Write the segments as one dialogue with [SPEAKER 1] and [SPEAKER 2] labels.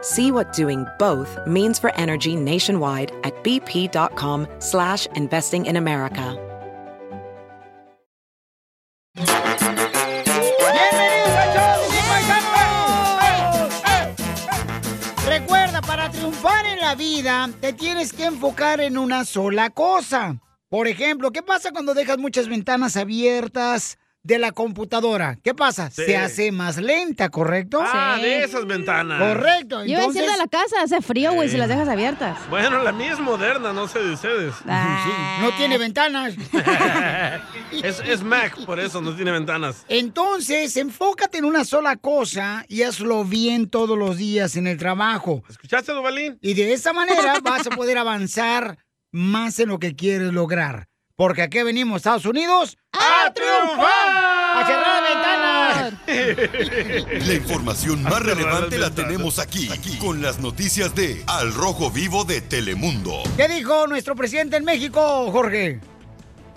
[SPEAKER 1] See what doing both means for energy nationwide at bp.com slash investing in America.
[SPEAKER 2] ¡Bienvenidos al show de Chico y Campo! Recuerda, para triunfar en la vida, te tienes que enfocar en una sola cosa. Por ejemplo, ¿qué pasa cuando dejas muchas ventanas abiertas de la computadora? ¿Qué pasa?
[SPEAKER 3] Sí.
[SPEAKER 2] Se hace más lenta, ¿correcto?
[SPEAKER 3] Ah, de esas ventanas.
[SPEAKER 2] Correcto.
[SPEAKER 4] Yo voy a decir de
[SPEAKER 2] Entonces,
[SPEAKER 4] la casa, hace frío, güey,
[SPEAKER 3] Sí.
[SPEAKER 4] si las dejas abiertas.
[SPEAKER 3] Bueno, la mía es moderna, no sé de ustedes.
[SPEAKER 2] no
[SPEAKER 4] Ah.
[SPEAKER 2] tiene ventanas.
[SPEAKER 3] es, es Mac, por eso no tiene ventanas.
[SPEAKER 2] Entonces, enfócate en una sola cosa y hazlo bien todos los días en el trabajo.
[SPEAKER 3] ¿Escuchaste, Duvalín?
[SPEAKER 2] Y de esa manera vas a poder avanzar más en lo que quieres lograr. Porque aquí venimos, Estados Unidos, a triunfar. A cerrar ventanas.
[SPEAKER 5] La información más relevante la tenemos aquí, aquí, con las noticias de Al Rojo Vivo de Telemundo.
[SPEAKER 2] ¿Qué dijo nuestro presidente en México, Jorge?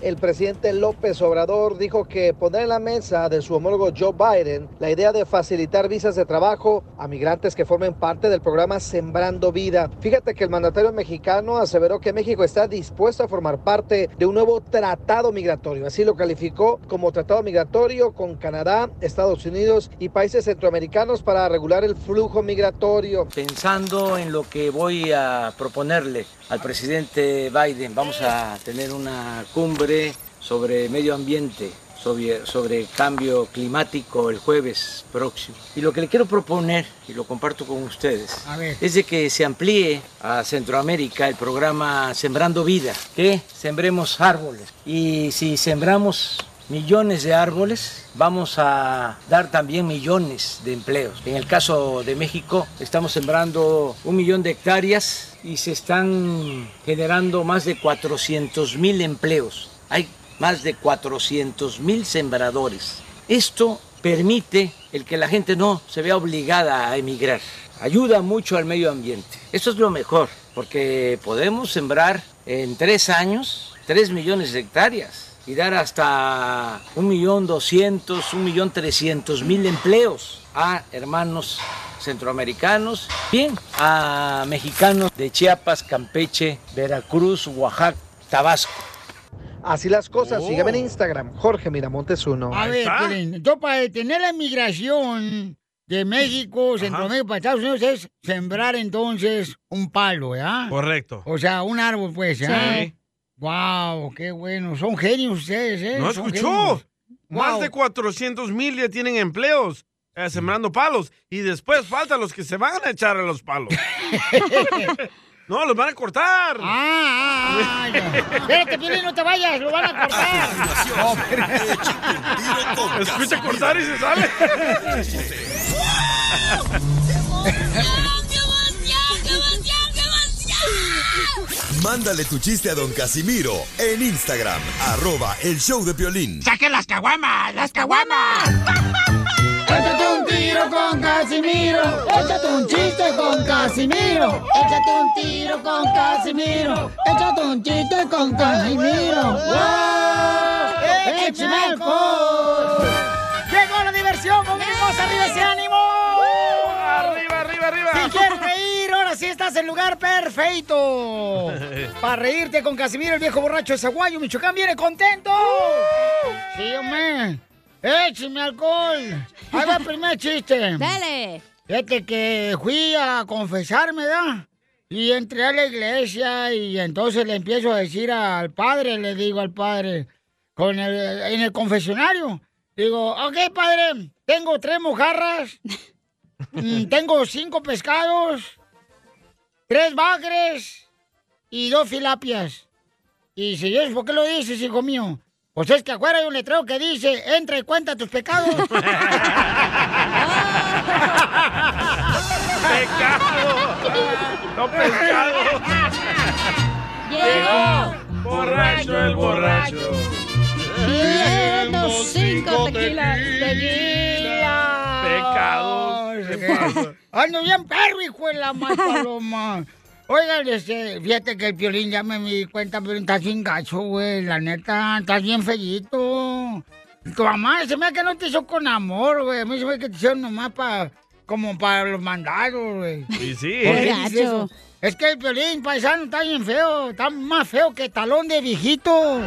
[SPEAKER 6] El presidente López Obrador dijo que poner en la mesa de su homólogo Joe Biden la idea de facilitar visas de trabajo a migrantes que formen parte del programa Sembrando Vida. Fíjate que el mandatario mexicano aseveró que México está dispuesto a formar parte de un nuevo tratado migratorio. Así lo calificó como tratado migratorio con Canadá, Estados Unidos y países centroamericanos para regular el flujo migratorio.
[SPEAKER 7] Pensando en lo que voy a proponerle al presidente Biden, vamos a tener una cumbre sobre medio ambiente, sobre, sobre cambio climático el jueves próximo. Y lo que le quiero proponer, y lo comparto con ustedes,
[SPEAKER 2] A ver.
[SPEAKER 7] es de que se amplíe a Centroamérica el programa Sembrando Vida, que sembremos árboles. Y si sembramos millones de árboles, vamos a dar también millones de empleos. En el caso de México, estamos sembrando un millón de hectáreas y se están generando más de 400 mil empleos. Hay más de 400 mil sembradores. Esto permite el que la gente no se vea obligada a emigrar. Ayuda mucho al medio ambiente. Eso es lo mejor, porque podemos sembrar en tres años 3 millones de hectáreas y dar hasta 1.200.000, 1.300.000 empleos a hermanos centroamericanos, bien, a mexicanos de Chiapas, Campeche, Veracruz, Oaxaca, Tabasco.
[SPEAKER 6] Así las cosas.
[SPEAKER 3] Oh.
[SPEAKER 6] Sígueme en Instagram, Jorge Miramontes 1.
[SPEAKER 2] A ver, pues,
[SPEAKER 3] está.
[SPEAKER 2] Piolín, yo para detener la migración de México, Centroamérica, para Estados Unidos es sembrar entonces un palo, ¿verdad?
[SPEAKER 3] Correcto.
[SPEAKER 2] O sea, un árbol, pues, ¿verdad? Wow, qué bueno. Son genios ustedes, ¿eh?
[SPEAKER 3] ¿No
[SPEAKER 2] Son
[SPEAKER 3] escuchó?
[SPEAKER 2] genios.
[SPEAKER 3] Más
[SPEAKER 2] Wow.
[SPEAKER 3] de 400 mil ya tienen empleos eh, sembrando palos. Y después faltan los que se van a echar a los palos. no, los van a cortar.
[SPEAKER 2] Ah, ah, ah, ya. Espérate, Piolín, no te vayas, lo van a cortar.
[SPEAKER 3] Escucha cortar y se sale.
[SPEAKER 5] Mándale tu chiste a don Casimiro en Instagram, arroba el show de Piolín.
[SPEAKER 2] ¡Saquen las caguamas! ¡Las caguamas! Échate un tiro con Casimiro. Échate un chiste con Casimiro. Échate un tiro con Casimiro. Échate un chiste con Casimiro. ¡Eh, ¡Wow! ¡Échame alcohol! ¡Llegó la diversión con mi hermosa arriba ese ánimo!
[SPEAKER 3] ¡Uh! arriba, arriba,
[SPEAKER 2] Si
[SPEAKER 3] arriba.
[SPEAKER 2] quieres reír, ahora sí estás en lugar perfecto. Para reírte con Casimiro, el viejo borracho de Zaguayo, Michoacán, viene contento. Sí, hombre. Écheme alcohol. Ahí va el primer chiste.
[SPEAKER 4] Dale.
[SPEAKER 2] Fíjate que fui a confesarme, ¿verdad? Y entré a la iglesia y entonces le empiezo a decir al padre, le digo al padre, con el- en el confesionario, digo, ok padre, tengo tres mojarras, mm, tengo cinco pescados, tres bagres y dos filapias. Y si yo, ¿por qué lo dices, hijo mío? Pues es que afuera hay un letrero que dice, entra y cuenta tus pecados.
[SPEAKER 8] ¡No pescado!
[SPEAKER 4] Llegó
[SPEAKER 8] borracho el borracho.
[SPEAKER 4] Pidiendo cinco tequilas.
[SPEAKER 2] Tequila.
[SPEAKER 8] Pecados. ¿Qué pasa?
[SPEAKER 2] Ando bien perro, hijo de la más paloma. Oigan, este, fíjate que el violín ya me di cuenta, pero estás bien gacho, güey. La neta, estás bien feíto. Tu mamá se me hace que no te hizo con amor, güey. A mí se me hace que te hicieron nomás para... Como para los mandados, güey.
[SPEAKER 8] Y sí.
[SPEAKER 2] ¿Por qué
[SPEAKER 4] Gacho.
[SPEAKER 2] dices eso? Es que el violín paisano está bien feo. Está más feo que talón de viejito.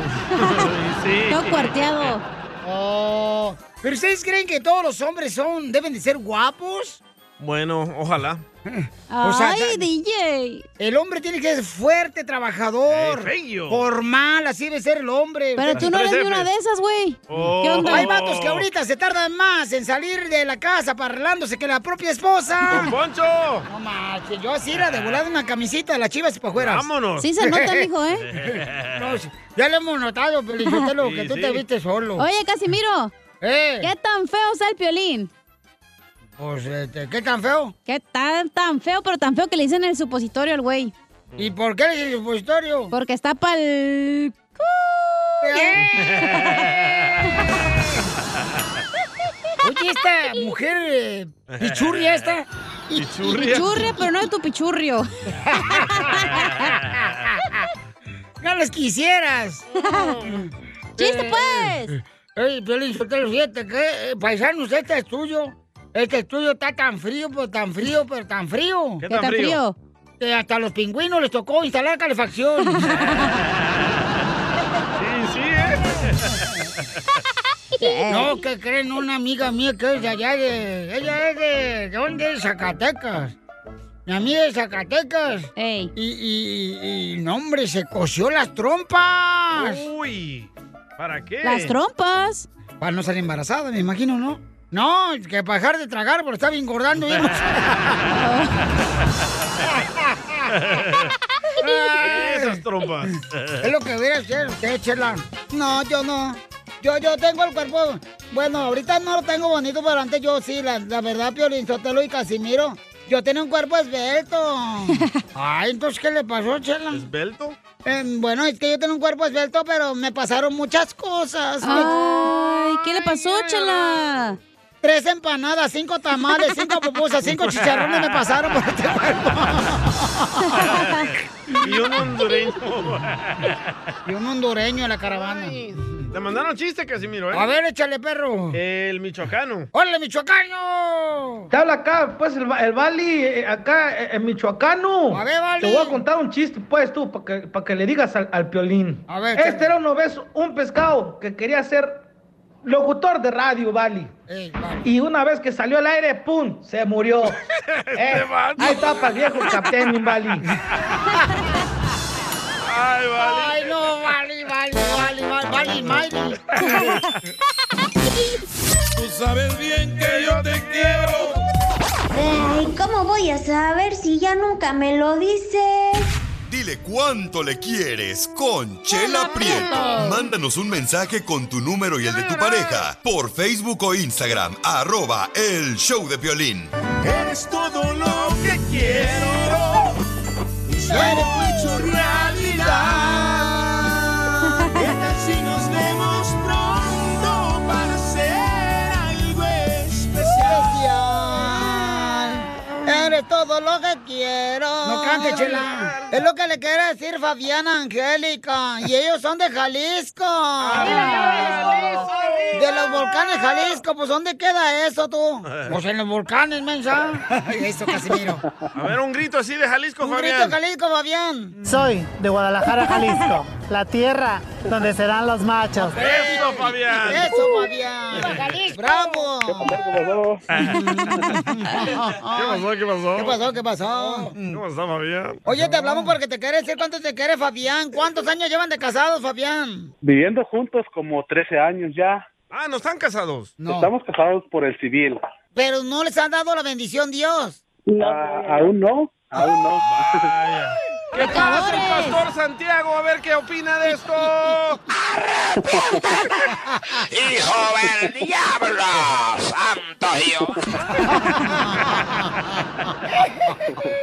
[SPEAKER 8] Sí.
[SPEAKER 4] Todo cuarteado.
[SPEAKER 2] Oh, ¿Pero ustedes creen que todos los hombres son deben de ser guapos?
[SPEAKER 8] Bueno, ojalá.
[SPEAKER 4] Ay,
[SPEAKER 2] O sea, da-
[SPEAKER 4] DJ.
[SPEAKER 2] El hombre tiene que ser fuerte, trabajador,
[SPEAKER 8] Eh, feyo.
[SPEAKER 2] formal, así debe ser el hombre.
[SPEAKER 4] Pero tú no
[SPEAKER 8] tres
[SPEAKER 4] eres ni una
[SPEAKER 8] Fs.
[SPEAKER 4] de esas, güey. ¿Qué
[SPEAKER 8] Oh.
[SPEAKER 4] onda?
[SPEAKER 2] Hay vatos que ahorita se tardan más en salir de la casa parlándose que la propia
[SPEAKER 8] ¡Don
[SPEAKER 2] esposa.
[SPEAKER 8] Poncho!
[SPEAKER 2] No manches, yo así era de volar una camisita de las chivas y pajueras.
[SPEAKER 8] ¡Vámonos!
[SPEAKER 4] Sí se nota, mijo, ¿eh?
[SPEAKER 2] No, sí, ya lo hemos notado, Pelizotelo,
[SPEAKER 8] Sí,
[SPEAKER 2] que tú
[SPEAKER 8] sí.
[SPEAKER 2] te viste solo.
[SPEAKER 4] Oye, Casimiro,
[SPEAKER 2] Eh,
[SPEAKER 4] ¿qué tan feo está el piolín?
[SPEAKER 2] Pues, este, ¿qué tan feo?
[SPEAKER 4] ¿Qué tan, tan feo, pero tan feo que le dicen el supositorio al güey?
[SPEAKER 2] ¿Y por qué eres el supositorio?
[SPEAKER 4] Porque está pa'l...
[SPEAKER 2] Oye, esta mujer eh, pichurria esta.
[SPEAKER 8] Pichurria.
[SPEAKER 4] Pichurria, pero no de tu pichurrio.
[SPEAKER 2] No las quisieras.
[SPEAKER 4] ¡Chiste, pues!
[SPEAKER 2] Eh, Ey, Piolín Sotelo, fíjate que, eh, paisanos, este estudio, este estudio está tan frío, pero tan frío, pero tan frío,
[SPEAKER 8] ¿Qué
[SPEAKER 4] ¿Qué tan frío?
[SPEAKER 2] que hasta a los pingüinos les tocó instalar calefacción.
[SPEAKER 8] Sí, sí, ¿eh?
[SPEAKER 2] no, que creen una amiga mía que es de allá de... Ella es de... ¿De dónde? es? Zacatecas. Mi amiga es de Zacatecas.
[SPEAKER 4] Ey.
[SPEAKER 2] Y, y, y, no, hombre, se coció las trompas.
[SPEAKER 8] Uy. ¿Para qué?
[SPEAKER 4] Las trompas.
[SPEAKER 2] Para no ser embarazada, me imagino, ¿no? No, que para dejar de tragar, porque estaba engordando. ¿eh? bien.
[SPEAKER 8] Esas trompas.
[SPEAKER 2] Es lo que debería hacer usted, Chela. No, yo no. Yo, yo tengo el cuerpo. Bueno, ahorita no lo tengo bonito, pero antes yo sí, la, la verdad, Piolín Sotelo y Casimiro. Yo tenía un cuerpo esbelto. Ay, entonces, ¿qué le pasó, Chela?
[SPEAKER 8] ¿Esbelto?
[SPEAKER 2] Eh, bueno, es que yo tengo un cuerpo esbelto, pero me pasaron muchas cosas. Me-
[SPEAKER 4] Ay, ¿qué le pasó,
[SPEAKER 2] Ay,
[SPEAKER 4] chela?
[SPEAKER 2] Tres empanadas, cinco tamales, cinco pupusas, Pues cinco chicharrones me pasaron por este cuerpo.
[SPEAKER 8] Y un hondureño.
[SPEAKER 2] Y un hondureño en la caravana.
[SPEAKER 8] Te mandaron chiste, Casimiro,
[SPEAKER 2] A
[SPEAKER 8] ¿eh?
[SPEAKER 2] ver, échale, perro.
[SPEAKER 8] El michoacano.
[SPEAKER 2] ¡Órale, michoacano!
[SPEAKER 6] Te habla acá, pues, el, Ba- el Bali, eh, acá, eh, en Michoacano.
[SPEAKER 2] A ver, Bali.
[SPEAKER 6] Te voy a contar un chiste, pues, tú, para que, pa' que le digas al, al piolín.
[SPEAKER 2] A ver,
[SPEAKER 6] Este
[SPEAKER 2] ¿qué?
[SPEAKER 6] era una vez un pescado que quería ser locutor de radio, Bali.
[SPEAKER 8] Este
[SPEAKER 2] Ey, vale.
[SPEAKER 6] Y una vez que salió al aire, ¡pum! Se murió. Eh,
[SPEAKER 8] vato.
[SPEAKER 6] ahí está para viejo capitán, mi Bali.
[SPEAKER 8] Ay, vale.
[SPEAKER 2] Ay, no, vale, vale, vale, vale, vale, Miley.
[SPEAKER 8] Tú sabes bien que yo te quiero.
[SPEAKER 9] Ay, ¿cómo voy a saber si ya nunca me lo dices?
[SPEAKER 5] Dile cuánto le quieres con Chela Prieto. Mándanos un mensaje con tu número y el de tu pareja por Facebook o Instagram, arroba el show de violín.
[SPEAKER 8] Eres todo lo que quiero. hecho realidad. ¿Qué tal si nos vemos pronto para hacer algo especial?
[SPEAKER 2] Especial. Eres todo lo que quiero. No cante, chela. Es lo que le quiere decir Fabiana Angélica. Y ellos son de Jalisco. De en los volcanes, Jalisco, pues ¿dónde queda eso tú? Pues en los volcanes, mensa. Eso, Casimiro.
[SPEAKER 3] A ver, un grito así de Jalisco,
[SPEAKER 2] Un grito,
[SPEAKER 3] Fabián.
[SPEAKER 2] Jalisco, Fabián.
[SPEAKER 8] Soy de Guadalajara, Jalisco, la tierra donde serán los machos.
[SPEAKER 3] Eso, Fabián.
[SPEAKER 2] Eso, Fabián. ¡Bravo!
[SPEAKER 3] ¿Qué pasó?
[SPEAKER 2] ¿Qué pasó? ¿Qué pasó?
[SPEAKER 3] ¿Qué pasó, Fabián?
[SPEAKER 2] Oye, te hablamos porque te quiere decir cuánto te quiere Fabián. ¿Cuántos años llevan de casados, Fabián?
[SPEAKER 10] Viviendo juntos como 13 años ya.
[SPEAKER 3] Ah, ¿no están casados?
[SPEAKER 10] Estamos casados por el civil.
[SPEAKER 2] Pero no les han dado la bendición Dios.
[SPEAKER 10] Ah, aún no, aún no.
[SPEAKER 3] ¿Qué pasa, Pastor Santiago? A ver qué opina de esto.
[SPEAKER 5] ¡Hijo del diablo! ¡Santo Dios!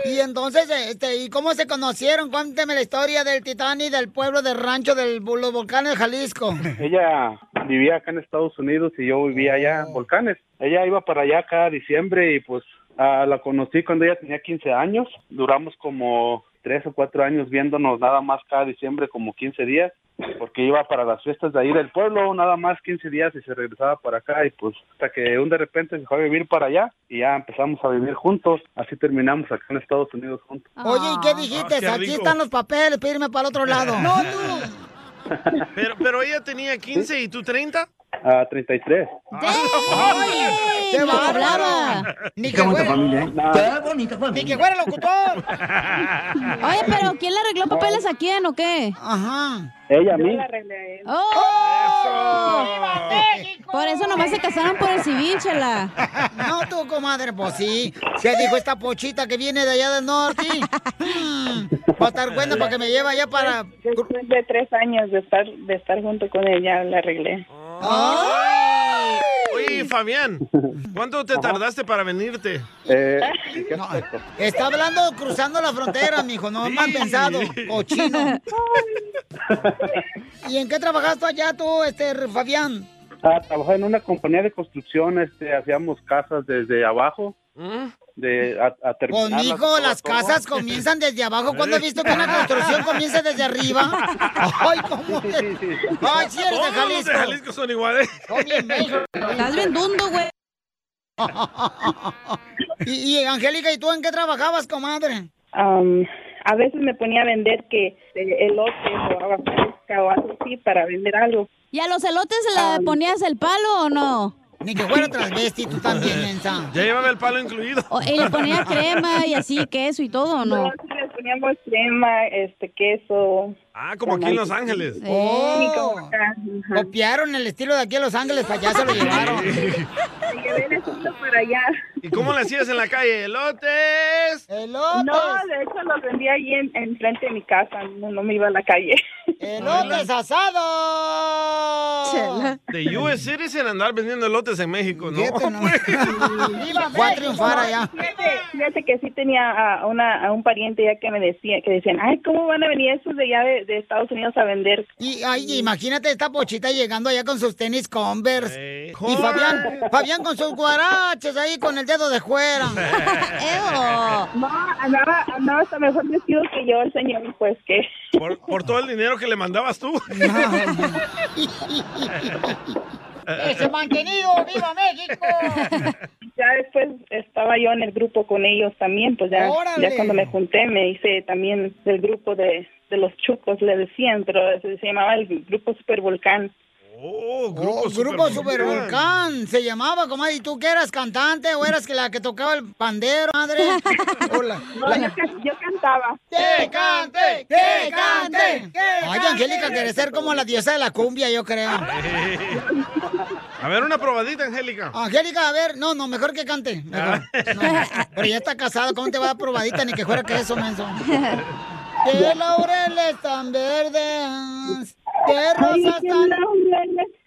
[SPEAKER 2] Y entonces, este, ¿y cómo se conocieron? Cuénteme la historia del Titanic del pueblo del rancho de los volcanes de Jalisco.
[SPEAKER 10] Ella vivía acá en Estados Unidos y yo vivía allá en Volcanes. Ella iba para allá cada diciembre y pues ah, la conocí cuando ella tenía 15 años. Duramos como tres o cuatro años viéndonos nada más cada diciembre como 15 días porque iba para las fiestas de ahí del pueblo nada más 15 días y se regresaba para acá y pues hasta que un de repente se fue a vivir para allá y ya empezamos a vivir juntos así terminamos acá en Estados Unidos juntos
[SPEAKER 2] Oye, ¿y qué dijiste?
[SPEAKER 10] Ah, qué
[SPEAKER 2] Aquí
[SPEAKER 10] rico.
[SPEAKER 2] están los papeles, pídeme para el otro lado. No, tú.
[SPEAKER 3] Pero, pero ella tenía 15 y tú 30.
[SPEAKER 10] a 33
[SPEAKER 3] Ah,
[SPEAKER 2] ¡Qué bárbaro! Ni que fuera,
[SPEAKER 10] familia ¿eh?
[SPEAKER 2] ni que fuera locutor.
[SPEAKER 4] Oye, pero ¿quién le arregló papeles a quién o qué?
[SPEAKER 2] Ajá.
[SPEAKER 10] Ella a mí.
[SPEAKER 2] ¡Oh!
[SPEAKER 4] Por eso nomás se casaron por el civil, chela.
[SPEAKER 2] No, tú, comadre, pues sí. Se dijo esta pochita que viene de allá del norte. Va a estar buena para que me lleve allá para...
[SPEAKER 11] Después de tres años de estar, de estar junto con él, ya la arreglé.
[SPEAKER 3] Oye, Fabián, ¿cuánto te tardaste para venirte?
[SPEAKER 2] Eh, Está hablando cruzando la frontera, mijo, no mal pensado, cochino. ¿Y en qué trabajaste allá tú, este, Fabián?
[SPEAKER 10] Ah, trabajaba en una compañía de construcción, este, hacíamos casas desde abajo, de a, a terminarlas,
[SPEAKER 2] Conmigo
[SPEAKER 10] todo,
[SPEAKER 2] las
[SPEAKER 10] todo.
[SPEAKER 2] casas comienzan desde abajo. ¿Cuándo has visto que una construcción comienza desde arriba? Ay, cómo te... Ay, sí eres de
[SPEAKER 3] Todos los de
[SPEAKER 2] Jalisco.
[SPEAKER 3] Jalisco son iguales.
[SPEAKER 2] Estás bien dundo, güey. y, y, Angélica, ¿y tú en qué trabajabas, comadre?
[SPEAKER 11] Am, a veces me ponía a vender que eh, elotes o agua fresca o algo así para vender algo.
[SPEAKER 4] ¿Y a los elotes le ponías el palo o no?
[SPEAKER 2] Ni que fuera transvesti, tú también, mensa.
[SPEAKER 3] Eh, Ya llevaba el palo incluido.
[SPEAKER 4] Y Oh, le ponía crema y así, queso y todo, ¿o no?
[SPEAKER 11] Nosotros les poníamos crema, este, queso.
[SPEAKER 3] Ah, como aquí en Los Ángeles.
[SPEAKER 2] Oh, copiaron el estilo de aquí en Los Ángeles, para allá se lo llevaron.
[SPEAKER 11] para allá.
[SPEAKER 3] ¿Y cómo le hacías en la calle? ¿Elotes?
[SPEAKER 2] ¡Elotes!
[SPEAKER 11] No, de hecho los vendía ahí en, enfrente de mi casa, no, no me iba a la calle.
[SPEAKER 2] ¡Elotes asados!
[SPEAKER 3] De US Citizen andar vendiendo elotes en México, ¿no?
[SPEAKER 2] Fíjate, no.
[SPEAKER 11] Voy
[SPEAKER 2] Voy a triunfar allá.
[SPEAKER 11] Fíjate, fíjate que sí tenía a, una, a un pariente ya que me decía, que decían, ay, ¿cómo van a venir esos de allá de, de Estados Unidos a vender?
[SPEAKER 2] Y, ay, imagínate esta pochita llegando allá con sus tenis Converse. Y
[SPEAKER 11] Converse.
[SPEAKER 2] Fabián, Fabián con sus guaraches ahí con el dedo de fuera.
[SPEAKER 11] No, andaba, andaba hasta mejor vestido que yo el señor, pues que...
[SPEAKER 3] Por, por todo el dinero que le mandabas tú.
[SPEAKER 2] ¡Ese mantenido! ¡Viva México!
[SPEAKER 11] Ya después estaba yo en el grupo con ellos también, pues ya,
[SPEAKER 2] ¡Órale!
[SPEAKER 11] ya cuando me junté me hice también del grupo de, de los chucos, le decían, pero se, se llamaba el grupo Supervolcán.
[SPEAKER 3] Oh,
[SPEAKER 2] grupo, Supervolcán se llamaba, comadre. ¿Y tú que eras cantante o eras que la que tocaba el pandero, madre? Hola.
[SPEAKER 11] yo cantaba.
[SPEAKER 2] ¡Que cante! ¡Que cante!
[SPEAKER 11] que
[SPEAKER 2] Ay, Angélica, querés ser como la diosa de la cumbia, yo creo.
[SPEAKER 3] A ver, una probadita, Angélica.
[SPEAKER 2] Angélica, a ver, no, no, mejor que cante. mejor. No, pero ya está casada, ¿cómo te va a dar probadita ni que fuera que eso, menso? ¡Qué laureles tan verdes! ¡Qué rosas tan...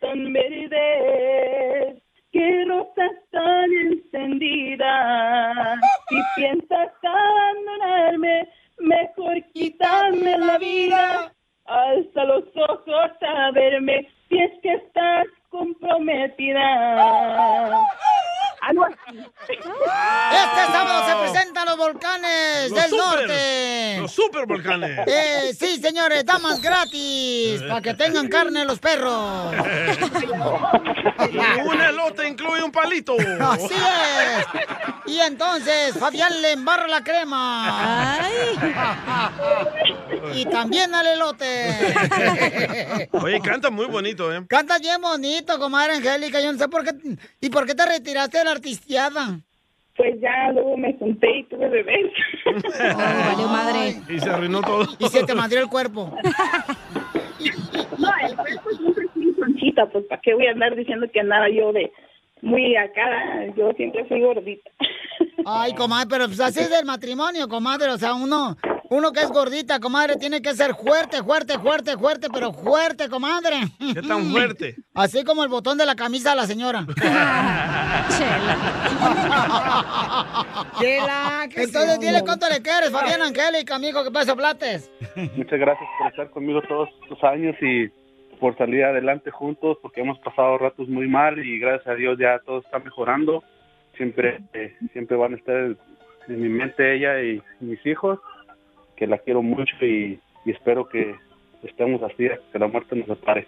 [SPEAKER 11] tan verdes, que rosas tan encendidas. Si piensas abandonarme, mejor quitarme la vida. Alza los ojos a verme, Ah, si es que estás comprometida. Algo así.
[SPEAKER 2] Este sábado se presentan los volcanes
[SPEAKER 3] Los
[SPEAKER 2] del
[SPEAKER 3] super-
[SPEAKER 2] norte.
[SPEAKER 3] Los supervolcanes.
[SPEAKER 2] Eh, sí, señores, damas gratis, para que tengan carne los perros.
[SPEAKER 3] un elote incluye un palito.
[SPEAKER 2] Así es. Y entonces, Fabián le embarra la crema. Y también al elote.
[SPEAKER 3] Oye, canta muy bonito, ¿eh?
[SPEAKER 2] Cantas bien bonito, comadre Angélica. Yo no sé por qué. ¿Y por qué te retiraste de la artisteada?
[SPEAKER 11] Pues ya luego me senté y tuve bebés.
[SPEAKER 2] valió madre.
[SPEAKER 3] Y se arruinó todo.
[SPEAKER 2] Y se te madrió el cuerpo.
[SPEAKER 11] No, el cuerpo siempre fui conchita, pues ¿para qué voy a andar diciendo que andaba yo de muy acá? Yo siempre fui gordita.
[SPEAKER 2] Ay, comadre, pero pues así es el matrimonio, comadre. O sea, uno, uno que es gordita, comadre, tiene que ser fuerte, fuerte, fuerte, fuerte, pero fuerte, comadre. Mm.
[SPEAKER 3] ¿Qué tan fuerte?
[SPEAKER 2] Así como el botón de la camisa de la señora. Chela. Entonces dile cuánto le quieres, Fabián Angélica, amigo, que pasa plates.
[SPEAKER 10] Muchas gracias por estar conmigo todos estos años y por salir adelante juntos, porque hemos pasado ratos muy mal y gracias a Dios ya todo está mejorando. Siempre, eh, siempre van a estar en, en mi mente ella y mis hijos, que la quiero mucho y, y espero que estemos así, hasta que la muerte nos separe.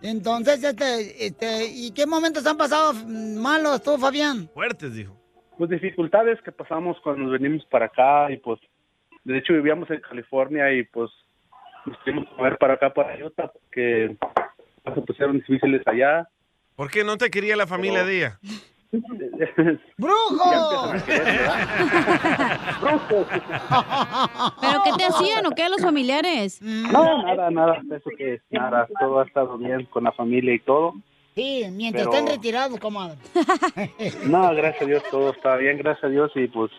[SPEAKER 2] Entonces, este, este, ¿y qué momentos han pasado mm, malos tú, Fabián?
[SPEAKER 3] Fuertes, dijo.
[SPEAKER 10] Pues dificultades que pasamos cuando nos venimos para acá y pues, de hecho vivíamos en California y pues nos tuvimos que mover para acá, para Utah, porque se pusieron difíciles allá.
[SPEAKER 3] ¿Por qué no te quería la familia de ella?
[SPEAKER 2] ¡Brujo!
[SPEAKER 4] ¿Pero qué te hacían o qué los familiares?
[SPEAKER 10] No, nada, nada, eso que es, nada, todo ha estado bien con la familia y todo.
[SPEAKER 2] Sí, mientras
[SPEAKER 10] Pero-
[SPEAKER 2] estén retirados, comadre.
[SPEAKER 10] No, gracias a Dios, todo está bien, gracias a Dios y pues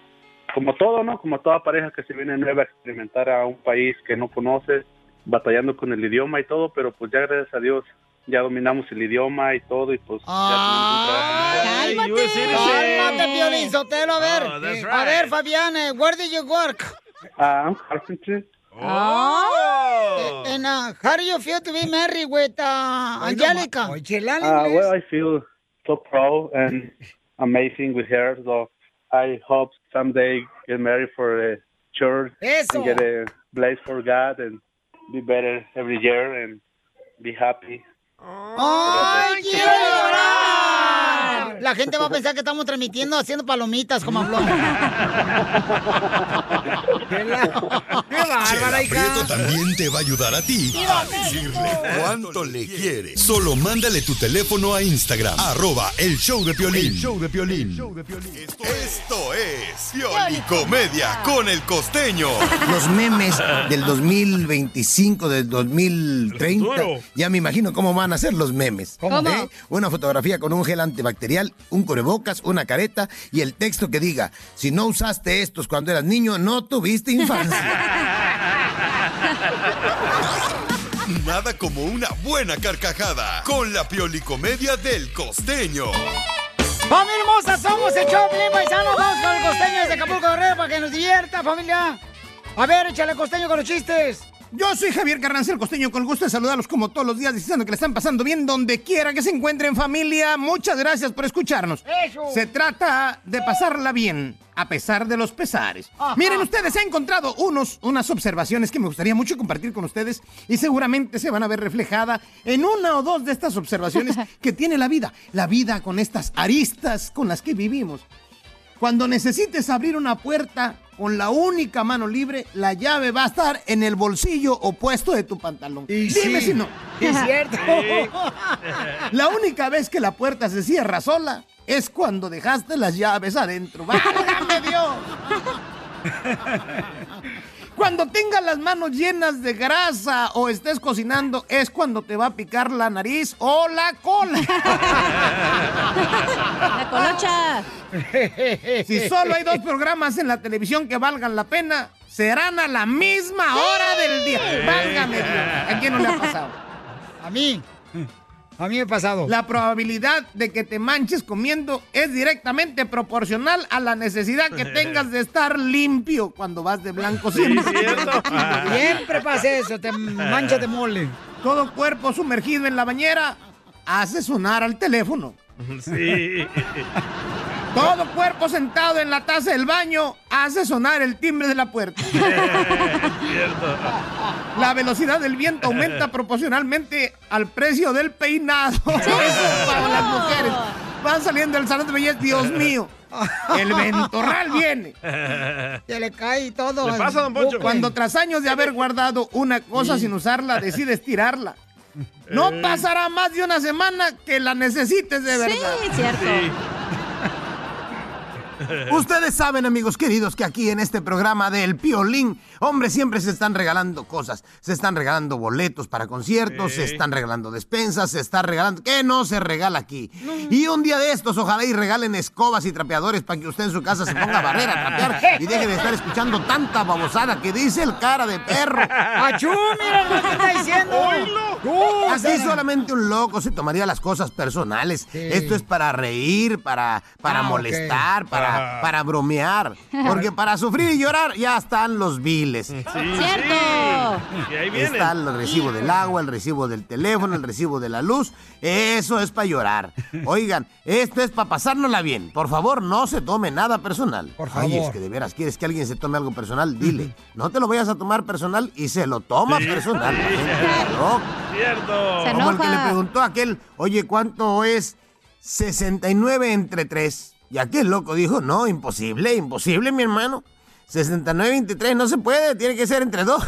[SPEAKER 10] como todo, ¿no? Como toda pareja que se viene nueva a experimentar a un país que no conoces, batallando con el idioma y todo, pero pues ya gracias a Dios ya dominamos el idioma y todo y pues ya tenemos un trabajo.
[SPEAKER 2] ¡Cálmate, Piolín Sotelo! A ver,
[SPEAKER 10] Oh, that's
[SPEAKER 2] a
[SPEAKER 10] right.
[SPEAKER 2] ver, Fabián, eh, where did you work?
[SPEAKER 10] Ah, I'm carpenter. Ah,
[SPEAKER 2] Oh. And uh, how do you feel to be married with uh, Angélica?
[SPEAKER 10] Ah, well, I feel so proud and amazing with her. So I hope someday get married for a church
[SPEAKER 2] Eso.
[SPEAKER 10] and get a place for God and be better every year and be happy.
[SPEAKER 2] ¡Ay, quiero llorar! La gente va a pensar que estamos transmitiendo haciendo palomitas como habló.
[SPEAKER 5] Chela Prieto también te va a ayudar a ti a decirle cuánto le quiere. Solo mándale tu teléfono a Instagram, arroba el show de Piolín.
[SPEAKER 12] El
[SPEAKER 5] show de Piolín. Esto es Piolicomedia con el costeño.
[SPEAKER 12] Los memes del 2025, del 2030,
[SPEAKER 5] El futuro.
[SPEAKER 12] ya me imagino cómo van a ser los memes.
[SPEAKER 5] ¿Cómo?
[SPEAKER 12] ¿Eh? Una fotografía con un gel antibacterial, un cubrebocas, una careta y el texto que diga, si no usaste estos cuando eras niño, no tuviste infancia.
[SPEAKER 5] Nada como una buena carcajada con la Piolicomedia del costeño.
[SPEAKER 2] ¡Familia hermosa! Somos el show, Piolín Paisano. Vamos con el costeño desde Acapulco Guerrero para que nos divierta, familia. A ver, échale costeño con los chistes.
[SPEAKER 13] Yo soy Javier Carranza, el costeño, con el gusto de saludarlos como todos los días, diciendo que le están pasando bien donde quiera que se encuentren, familia. Muchas gracias por escucharnos.
[SPEAKER 2] Eso.
[SPEAKER 13] Se trata de pasarla bien, a pesar de los pesares. Miren, ustedes, he encontrado unos, unas observaciones que me gustaría mucho compartir con ustedes y seguramente se van a ver reflejada en una o dos de estas observaciones que tiene la vida. La vida con estas aristas con las que vivimos. Cuando necesites abrir una puerta con la única mano libre, la llave va a estar en el bolsillo opuesto de tu pantalón. Dime
[SPEAKER 2] sí.
[SPEAKER 13] si no.
[SPEAKER 2] Es cierto.
[SPEAKER 13] La única vez que la puerta se cierra sola es cuando dejaste las llaves adentro. ¡Válgame Dios! Cuando tengas las manos llenas de grasa o estés cocinando, es cuando te va a picar la nariz o la cola.
[SPEAKER 4] La colocha.
[SPEAKER 13] Si solo hay dos programas en la televisión que valgan la pena, serán a la misma hora del día. Válgame Dios. ¿A quién no le ha pasado?
[SPEAKER 2] A mí. A mí me ha pasado.
[SPEAKER 13] La probabilidad de que te manches comiendo es directamente proporcional a la necesidad que tengas de estar limpio cuando vas de blanco. siempre.
[SPEAKER 2] Siempre pasa eso, te manchas de mole.
[SPEAKER 13] Todo cuerpo sumergido en la bañera hace sonar al teléfono.
[SPEAKER 3] Sí.
[SPEAKER 13] Todo cuerpo sentado en la taza del baño hace sonar el timbre de la puerta.
[SPEAKER 8] Cierto.
[SPEAKER 13] La velocidad del viento aumenta proporcionalmente al precio del peinado. Eso es para las mujeres. Van saliendo del salón de belleza, Dios mío. El ventorral viene.
[SPEAKER 2] Se le cae todo.
[SPEAKER 13] al buque. Cuando tras años de haber guardado una cosa sin usarla, decides tirarla. No
[SPEAKER 8] Eh.
[SPEAKER 13] pasará más de una semana que la necesites de verdad. Ustedes saben, amigos queridos, que aquí en este programa del Piolín, hombre, siempre se están regalando cosas. Se están regalando boletos para conciertos, se
[SPEAKER 14] Sí.
[SPEAKER 13] están regalando despensas, se está regalando... ¿Qué no se regala aquí? Y un día de estos, ojalá y regalen escobas y trapeadores para que usted en su casa se ponga a barrer, a trapear y deje de estar escuchando tanta babosada que dice el cara de perro.
[SPEAKER 2] ¡Achú, mira lo que está diciendo! ¡Tú!
[SPEAKER 13] Así solamente un loco se tomaría las cosas personales. Esto es para reír, para, para
[SPEAKER 14] Ah, ok.
[SPEAKER 13] molestar, para,
[SPEAKER 14] Ah.
[SPEAKER 13] para bromear. Porque para sufrir y llorar ya están los viles.
[SPEAKER 8] ¡Cierto! Y ahí viene.
[SPEAKER 13] Está el recibo del agua, el recibo del teléfono, el recibo de la luz. Eso es para llorar. Oigan, esto es para pasárnosla bien. Por favor, no se tome nada personal. Por Ay,
[SPEAKER 14] favor.
[SPEAKER 13] es que de veras quieres que alguien se tome algo personal, dile. No te lo vayas a tomar personal y se lo toma
[SPEAKER 8] Sí.
[SPEAKER 13] personal.
[SPEAKER 8] Sí.
[SPEAKER 13] No,
[SPEAKER 8] ¡Cierto!
[SPEAKER 13] como el que le preguntó a aquel, oye, ¿cuánto es 69 entre 3? Y aquel loco dijo, no, imposible, imposible, mi hermano. 69 entre 3 no se puede, tiene que ser entre 2.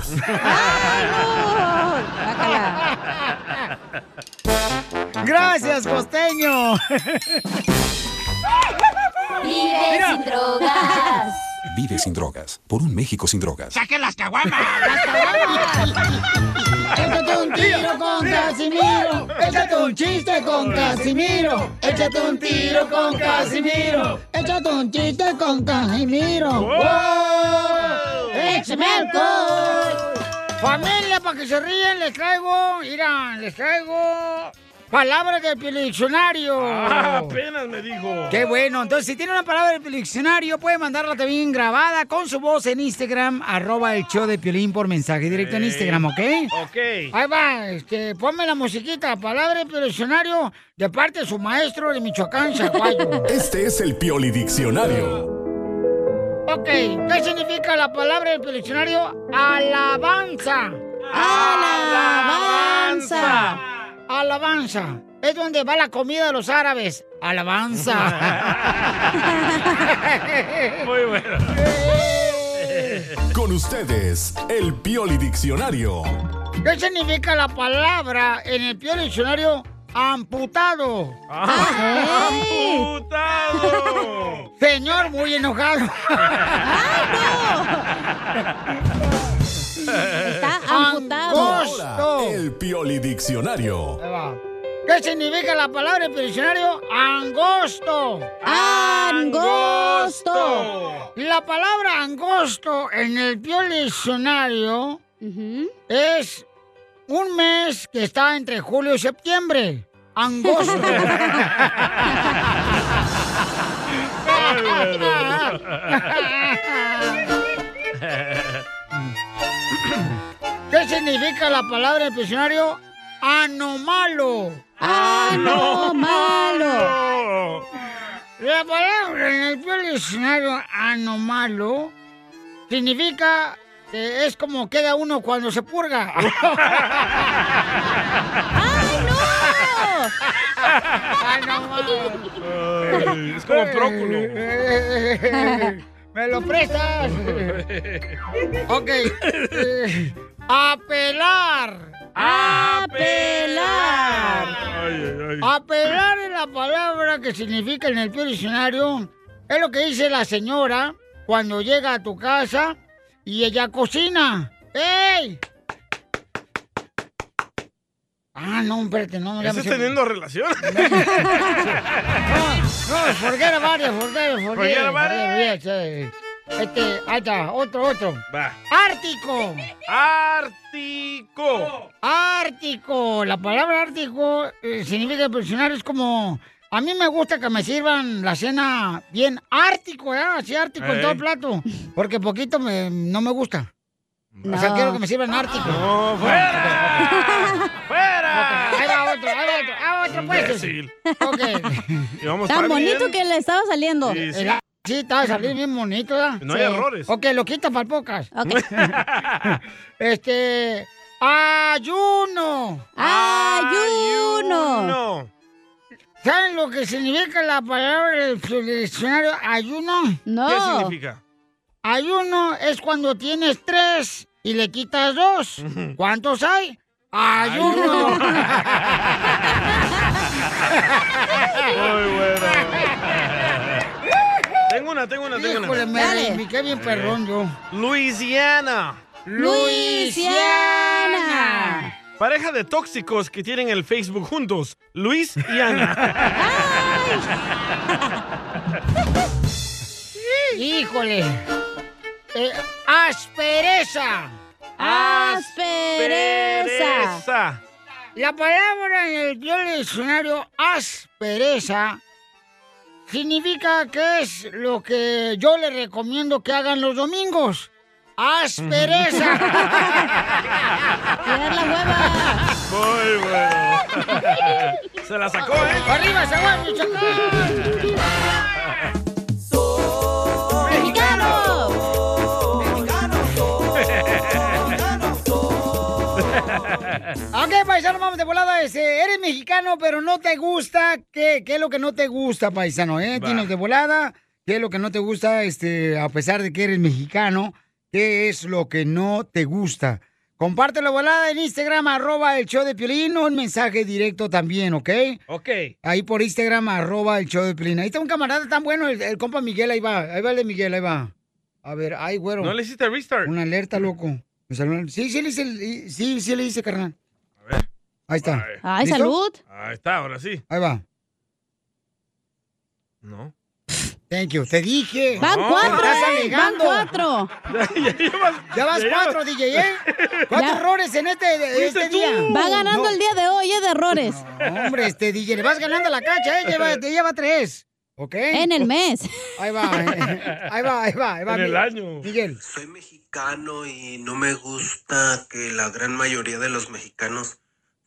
[SPEAKER 2] Gracias, costeño.
[SPEAKER 8] Vive sin drogas.
[SPEAKER 12] Vive sin drogas, por un México sin drogas.
[SPEAKER 8] ¡Saque las caguamas!
[SPEAKER 2] Échate un tiro con Casimiro. Échate un chiste con Casimiro. Échate un tiro con Casimiro. Échate un chiste con Casimiro.
[SPEAKER 8] ¡Wow!
[SPEAKER 2] ¡Wow! ¡Échame alcohol! Familia, para que se ríen, les traigo, mira, les traigo palabras del diccionario.
[SPEAKER 3] Ah, apenas me dijo.
[SPEAKER 2] Oh. Qué bueno. Entonces, si tiene una palabra del diccionario, puede mandarla también grabada con su voz en Instagram, arroba el show de Piolín por mensaje directo en
[SPEAKER 3] Ey.
[SPEAKER 2] Instagram, ¿ok?
[SPEAKER 3] Ok.
[SPEAKER 2] Ahí va, este, ponme la musiquita, palabra del diccionario de parte de su maestro de Michoacán, Zaguayo.
[SPEAKER 12] Este es el Pioli Diccionario.
[SPEAKER 2] ok, ¿qué significa la palabra del diccionario? Alabanza. Alabanza. Alabanza. Es donde va la comida de los árabes. Alabanza.
[SPEAKER 8] Muy bueno.
[SPEAKER 12] Con ustedes, el Pioli Diccionario.
[SPEAKER 2] ¿Qué significa la palabra en el peor diccionario amputado?
[SPEAKER 8] Ah,
[SPEAKER 2] ¡Amputado! Señor muy enojado.
[SPEAKER 8] Está
[SPEAKER 12] Ahora, el Pioli Diccionario.
[SPEAKER 2] ¿Qué significa la palabra en el diccionario? Angosto. Angosto. La palabra angosto en el peor diccionario es un mes que está entre julio y septiembre. Angosto. ¿Qué significa la palabra en el diccionario? Anomalo. Anomalo. La palabra en el peor diccionario anomalo significa que es como queda uno cuando se purga. ¡Ay,
[SPEAKER 8] Ay, es como próculo.
[SPEAKER 2] ¿Me lo prestas? ok. eh, apelar. Apelar. Ah. Apelar es la palabra que significa en el peor diccionario. Es lo que dice la señora cuando llega a tu casa y ella cocina. ¡Ey! Ah, no, espérate, no. ya me
[SPEAKER 3] ¿Estás
[SPEAKER 2] sé-
[SPEAKER 3] teniendo relaciones?
[SPEAKER 2] no, forguera varias, forguera, forguera.
[SPEAKER 3] Forguera varias.
[SPEAKER 2] forguera, sí. Este, ahí está, otro, otro.
[SPEAKER 3] Va.
[SPEAKER 2] Ártico.
[SPEAKER 3] Ártico.
[SPEAKER 2] Ártico. La palabra ártico eh, significa presionar, es como... A mí me gusta que me sirvan la cena bien ártico, ¿eh? Así ártico en todo el
[SPEAKER 8] Ey.
[SPEAKER 2] plato. Porque poquito me- no me gusta. O sea,
[SPEAKER 8] No.
[SPEAKER 2] quiero que me sirvan ártico. ¡No, fuera! ¡Fuera! ahí va otro, ahí va otro, ahí va otro. otro, pues.
[SPEAKER 3] Imbécil.
[SPEAKER 2] Ok.
[SPEAKER 3] Y vamos
[SPEAKER 4] Tan
[SPEAKER 3] está bien.
[SPEAKER 4] bonito que le estaba saliendo.
[SPEAKER 3] Sí, sí.
[SPEAKER 2] El- Sí, estaba saliendo bien bonito, ¿verdad?
[SPEAKER 3] No hay
[SPEAKER 2] Sí.
[SPEAKER 3] errores.
[SPEAKER 2] Ok, lo quita para pocas. este. Ayuno. Ayuno. ¿Saben lo que significa la palabra del su- del diccionario ayuno? No.
[SPEAKER 3] ¿Qué significa?
[SPEAKER 2] Ayuno es cuando tienes tres y le quitas dos. ¿Cuántos hay? Ayuno.
[SPEAKER 3] Muy bueno. Tengo una, tengo una, tengo
[SPEAKER 2] Híjole,
[SPEAKER 3] una.
[SPEAKER 2] me reivindiqué bien perrón yo.
[SPEAKER 3] Luisiana. Pareja de tóxicos que tienen el Facebook juntos. Luis y Ana.
[SPEAKER 2] Híjole. Eh, aspereza.
[SPEAKER 3] Aspereza.
[SPEAKER 2] La palabra en el Biblia diccionario aspereza significa que es lo que yo le recomiendo que hagan los domingos. Aspereza. Tirar la hueva.
[SPEAKER 3] Muy bueno. Se la sacó, ¿eh?
[SPEAKER 2] Arriba, se va, Michoacán.
[SPEAKER 8] ¡Mexicano!
[SPEAKER 2] Ok, paisano, vamos de volada. Este, eres mexicano, pero no te gusta. ¿Qué, qué es lo que no te gusta, paisano? Eh?
[SPEAKER 8] Va.
[SPEAKER 2] Dinos de volada. ¿Qué es lo que no te gusta, este, a pesar de que eres mexicano? ¿Qué es lo que no te gusta? Compártelo de volada en Instagram, arroba el show de Piolín, o un mensaje directo también, ¿ok?
[SPEAKER 3] Ok.
[SPEAKER 2] Ahí por Instagram, arroba el show de Piolín. Ahí está un camarada tan bueno, el, el compa Miguel, ahí va. Ahí va el de Miguel, ahí va. A ver, ay, güero.
[SPEAKER 3] ¿No le hiciste restart?
[SPEAKER 2] Una alerta, loco. Me salió una- Sí, sí le hice, el- sí, sí le hice, carnal. Ahí está. ¿Listo?
[SPEAKER 3] Ahí está, ahora sí.
[SPEAKER 2] Ahí va.
[SPEAKER 3] No.
[SPEAKER 2] Thank you. Te dije.
[SPEAKER 3] Van
[SPEAKER 2] No,
[SPEAKER 3] cuatro,
[SPEAKER 2] estás
[SPEAKER 3] eh,
[SPEAKER 2] alegando.
[SPEAKER 3] van
[SPEAKER 2] ya, vas
[SPEAKER 3] ya
[SPEAKER 2] cuatro,
[SPEAKER 3] llevas-
[SPEAKER 2] DJ, ¿eh? Cuatro
[SPEAKER 4] Ya.
[SPEAKER 2] errores en este,
[SPEAKER 4] Fuiste
[SPEAKER 2] este
[SPEAKER 4] tú.
[SPEAKER 2] día.
[SPEAKER 4] Va ganando el día de hoy, ¿eh? De errores.
[SPEAKER 2] hombre, este DJ, le vas ganando la cacha, ¿eh? Lleva, te lleva tres. ¿Ok?
[SPEAKER 4] En el mes.
[SPEAKER 2] Ahí va, eh. ahí va, ahí va, ahí va.
[SPEAKER 15] En el
[SPEAKER 2] Miguel.
[SPEAKER 15] año.
[SPEAKER 2] Miguel.
[SPEAKER 15] mexicano y no me gusta que la gran mayoría de los mexicanos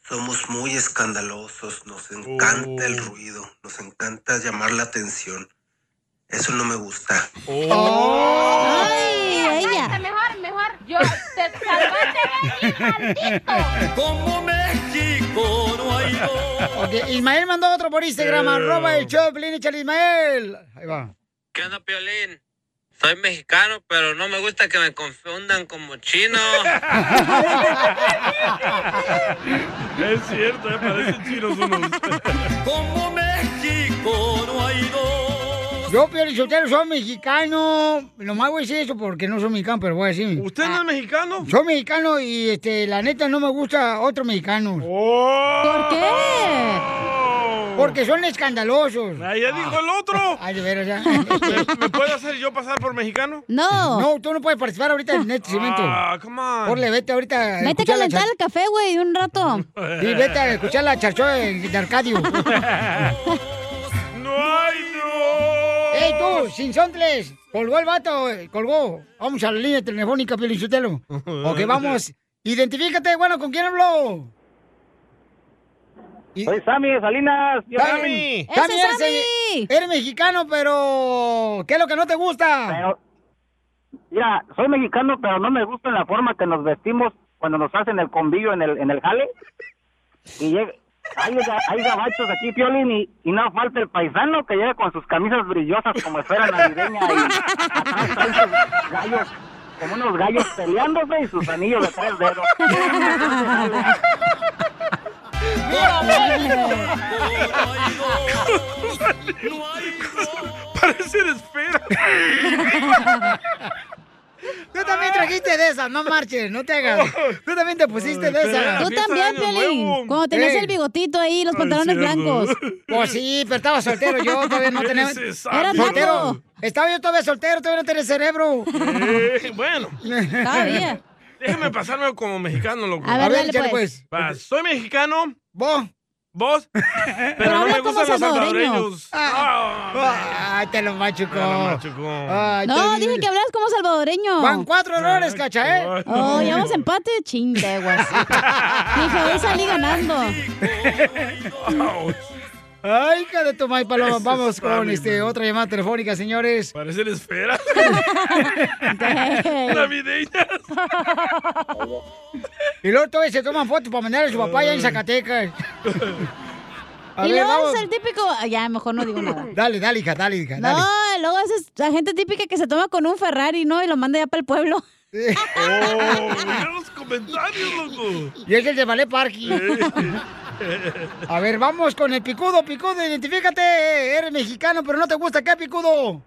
[SPEAKER 15] somos muy escandalosos, nos encanta el ruido, nos encanta llamar la atención. Eso no me gusta. Oh.
[SPEAKER 8] ¡Ay, ella! Mejor, mejor, yo te
[SPEAKER 2] Como México no hay Ok, Ismael mandó otro por Instagram,
[SPEAKER 3] Eh.
[SPEAKER 16] Yeah.
[SPEAKER 2] arroba el show, de Piolín, échale, Ismael. Ahí va.
[SPEAKER 16] ¿Qué onda, Piolín? Soy mexicano, pero no me gusta que me confundan como chino.
[SPEAKER 3] Es cierto, ¿eh? parecen chinos unos.
[SPEAKER 2] Como México no hay dos. Yo, Piolín Sotelo, soy mexicano. Lo más voy a decir eso porque no soy mexicano, pero voy a decir.
[SPEAKER 3] ¿Usted no es mexicano?
[SPEAKER 2] Soy mexicano y este, la neta no me gusta otro mexicano.
[SPEAKER 3] ¡Oh!
[SPEAKER 2] ¿Por qué? Porque son escandalosos.
[SPEAKER 3] Ahí ¡Oh! Ah, ya dijo el otro.
[SPEAKER 2] Ay, de veras, ya.
[SPEAKER 3] ¿Me puedo hacer yo pasar por mexicano?
[SPEAKER 2] No, tú no puedes participar ahorita en este segmento.
[SPEAKER 3] Ah, come on.
[SPEAKER 2] Porle, vete ahorita.
[SPEAKER 4] Vete a
[SPEAKER 2] escuchar la
[SPEAKER 4] calentar
[SPEAKER 2] char-
[SPEAKER 4] el café, güey, un rato.
[SPEAKER 2] Sí, vete a escuchar la charchoa de, de Arcadio.
[SPEAKER 3] ¡No hay no!
[SPEAKER 2] ¡Ey, tú, sin sontles! Colgó el vato, eh, colgó. Vamos a la línea telefónica, Pelichotelo. Ok, vamos. Identifícate, bueno, ¿con quién habló?
[SPEAKER 17] Soy Sammy de Salinas. Yo-
[SPEAKER 2] Sammy. Sammy, eres, eh, eres mexicano, pero... ¿Qué es lo que no te gusta?
[SPEAKER 17] Mira, soy mexicano, pero no me gusta la forma que nos vestimos cuando nos hacen el convivio en el, en el jale. Y llega- hay, ga- hay gabachos aquí, Piolín, y, y no falta el paisano que llega con sus camisas brillosas como esfera navideña y atrás trae sus gallos, como unos gallos peleándose y sus anillos de tres dedos.
[SPEAKER 3] Parecen esfera.
[SPEAKER 2] Tú también trajiste de esas, no marches, no te hagas. Tú también te pusiste de esas.
[SPEAKER 4] Tú también, Pelín. Cuando tenías
[SPEAKER 2] Eh.
[SPEAKER 4] el bigotito ahí, los pantalones blancos.
[SPEAKER 2] Pues sí, pero estaba soltero yo, todavía no
[SPEAKER 4] Eres
[SPEAKER 2] tenía...
[SPEAKER 4] sabio. Era
[SPEAKER 2] soltero.
[SPEAKER 4] taco.
[SPEAKER 2] Estaba yo todavía soltero, todavía no tenía cerebro.
[SPEAKER 3] Eh, bueno.
[SPEAKER 2] Todavía.
[SPEAKER 3] Déjame pasarme como mexicano, loco.
[SPEAKER 2] A ver, A ver, dale, échale, pues.
[SPEAKER 3] Va, soy mexicano.
[SPEAKER 2] ¿Vos?
[SPEAKER 3] ¿Vos? Pero no me gustan los
[SPEAKER 2] ¿eh?
[SPEAKER 3] salvadoreños.
[SPEAKER 2] Ah, te lo machucó. Ay,
[SPEAKER 4] No,
[SPEAKER 2] te-
[SPEAKER 4] dije que hablas como salvadoreño.
[SPEAKER 2] Van cuatro errores, cacha, ¿eh?
[SPEAKER 4] Oh, ya vamos a empate, chingue, güey. Dije, hoy salí ganando.
[SPEAKER 2] Ay, hija de tu madre, Paloma.
[SPEAKER 3] Ese
[SPEAKER 2] Vamos
[SPEAKER 3] es para
[SPEAKER 2] con
[SPEAKER 3] mí,
[SPEAKER 2] este, otra llamada telefónica, señores.
[SPEAKER 3] Parece la esfera.
[SPEAKER 2] Dang.
[SPEAKER 3] Navideña.
[SPEAKER 2] Y luego todos se toman fotos para mandar a su papá allá en Zacatecas. A
[SPEAKER 4] y
[SPEAKER 2] ver,
[SPEAKER 4] luego
[SPEAKER 2] vamos.
[SPEAKER 4] es el típico. ah, Ya, mejor no digo nada.
[SPEAKER 2] Mm. Dale, dale, hija, dale, hija, dale.
[SPEAKER 4] No, luego esa es la gente típica que se toma con un Ferrari, ¿no? Y lo manda ya para el pueblo.
[SPEAKER 3] Oh, mira los comentarios, loco.
[SPEAKER 2] Y es el de Ballet Parking. A ver, vamos con el picudo, picudo, identifícate. Eres mexicano, pero no te gusta. ¿Qué picudo?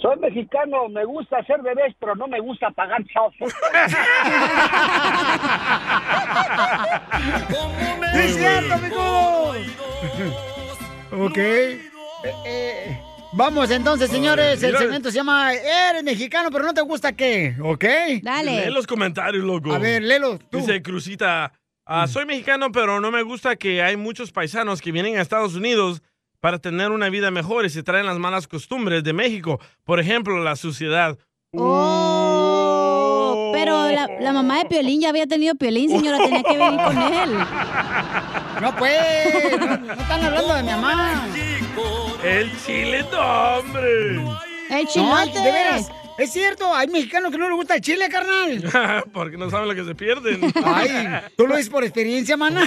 [SPEAKER 18] Soy mexicano, me gusta hacer bebés, pero no me gusta pagar chauzo.
[SPEAKER 2] ¡Sí es cierto, picudo! ok. Eh, eh, vamos entonces, señores.
[SPEAKER 3] Ay,
[SPEAKER 2] el
[SPEAKER 3] mira.
[SPEAKER 2] segmento se llama Eres mexicano, pero no te gusta qué. ¿Ok?
[SPEAKER 3] Lee los comentarios, loco.
[SPEAKER 2] A ver, léelo, tú. Mm.
[SPEAKER 3] Dice Crucita, ah, soy mexicano, pero no me gusta que hay muchos paisanos que vienen a Estados Unidos para tener una vida mejor y se traen las malas costumbres de México. Por ejemplo, la suciedad.
[SPEAKER 4] Oh, pero la, la mamá de Piolín ya había tenido Piolín, señora, tenía que venir con él.
[SPEAKER 2] No, pues, no, no están hablando de mi mamá.
[SPEAKER 3] El chile, no, hombre.
[SPEAKER 4] El
[SPEAKER 3] chilote.
[SPEAKER 2] de veras, es cierto, hay mexicanos que no les gusta el chile, carnal.
[SPEAKER 3] Porque no saben lo que se pierden.
[SPEAKER 2] Ay, tú lo dices por experiencia, mana.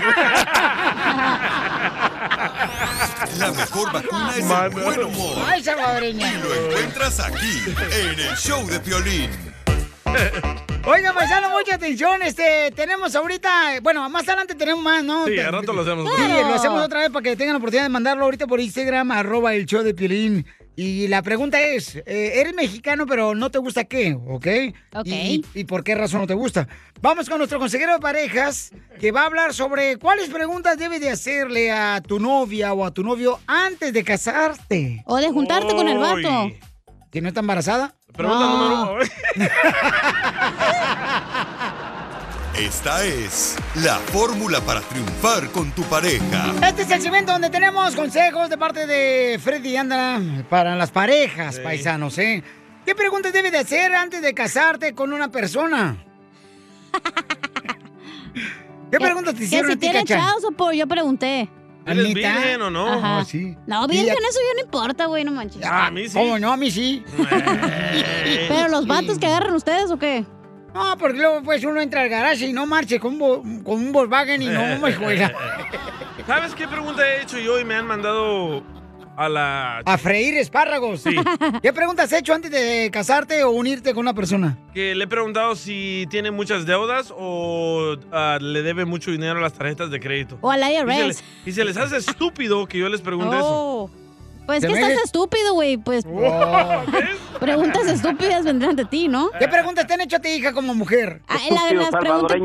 [SPEAKER 5] La mejor vacuna es el buen humor.
[SPEAKER 2] Ay, salvadoreña.
[SPEAKER 5] Lo encuentras aquí, en el show de Piolín.
[SPEAKER 2] Oiga, paisano, mucha atención. Este, tenemos ahorita, eh, bueno, más adelante tenemos más, ¿no?
[SPEAKER 3] Sí,
[SPEAKER 2] Te-
[SPEAKER 3] al rato lo hacemos.
[SPEAKER 2] Sí, lo hacemos otra vez para que tengan la oportunidad de mandarlo ahorita por Instagram, arroba el show de Piolín. Y la pregunta es, eh, eres mexicano pero no te gusta qué, ¿ok?
[SPEAKER 4] Ok.
[SPEAKER 2] Y, y por qué razón no te gusta? Vamos con nuestro consejero de parejas que va a hablar sobre cuáles preguntas debes de hacerle a tu novia o a tu novio antes de casarte.
[SPEAKER 4] O de juntarte con el vato.
[SPEAKER 2] ¿Que no está embarazada?
[SPEAKER 5] Pregunta
[SPEAKER 4] No.
[SPEAKER 5] número Esta es la fórmula para triunfar con tu pareja.
[SPEAKER 2] Este es el segmento donde tenemos consejos de parte de Freddy Anda para las parejas, paisanos, ¿eh? ¿Qué preguntas debes de hacer antes de casarte con una persona? ¿Qué preguntas te
[SPEAKER 4] Que
[SPEAKER 2] hicieron
[SPEAKER 4] si
[SPEAKER 2] a ti,
[SPEAKER 4] tiene
[SPEAKER 2] Cacha?
[SPEAKER 4] chao, sopo, yo pregunté.
[SPEAKER 2] ¿Eres ¿Anita? virgen o no?
[SPEAKER 4] Ajá.
[SPEAKER 2] Oh, sí.
[SPEAKER 4] No,
[SPEAKER 2] Y
[SPEAKER 4] virgen,
[SPEAKER 2] ya-
[SPEAKER 4] eso ya no importa, güey, no manches.
[SPEAKER 2] Ah, ¿Cómo no? A mí sí. Eh,
[SPEAKER 4] Pero los vatos que agarran ustedes o qué?
[SPEAKER 2] No, porque luego pues uno entra al garage y no marche con un, vo- con un Volkswagen y no me juega.
[SPEAKER 3] ¿Sabes qué pregunta he hecho yo y me han mandado a la...
[SPEAKER 2] A freír espárragos.
[SPEAKER 3] Sí.
[SPEAKER 2] ¿Qué preguntas has hecho antes de casarte o unirte con una persona?
[SPEAKER 3] Que le he preguntado si tiene muchas deudas o ah, le debe mucho dinero a las tarjetas de crédito.
[SPEAKER 4] O al
[SPEAKER 3] Y se,
[SPEAKER 4] IRS.
[SPEAKER 3] les, y se les hace estúpido que yo les pregunte
[SPEAKER 4] Oh. Pues
[SPEAKER 3] ¿De
[SPEAKER 4] que estás
[SPEAKER 3] México?
[SPEAKER 4] estúpido, güey. Pues preguntas estúpidas vendrán de ti, ¿no?
[SPEAKER 2] Oh. ¿Qué preguntas te han hecho a ti, hija, como mujer?
[SPEAKER 4] Ah, la- las preguntas,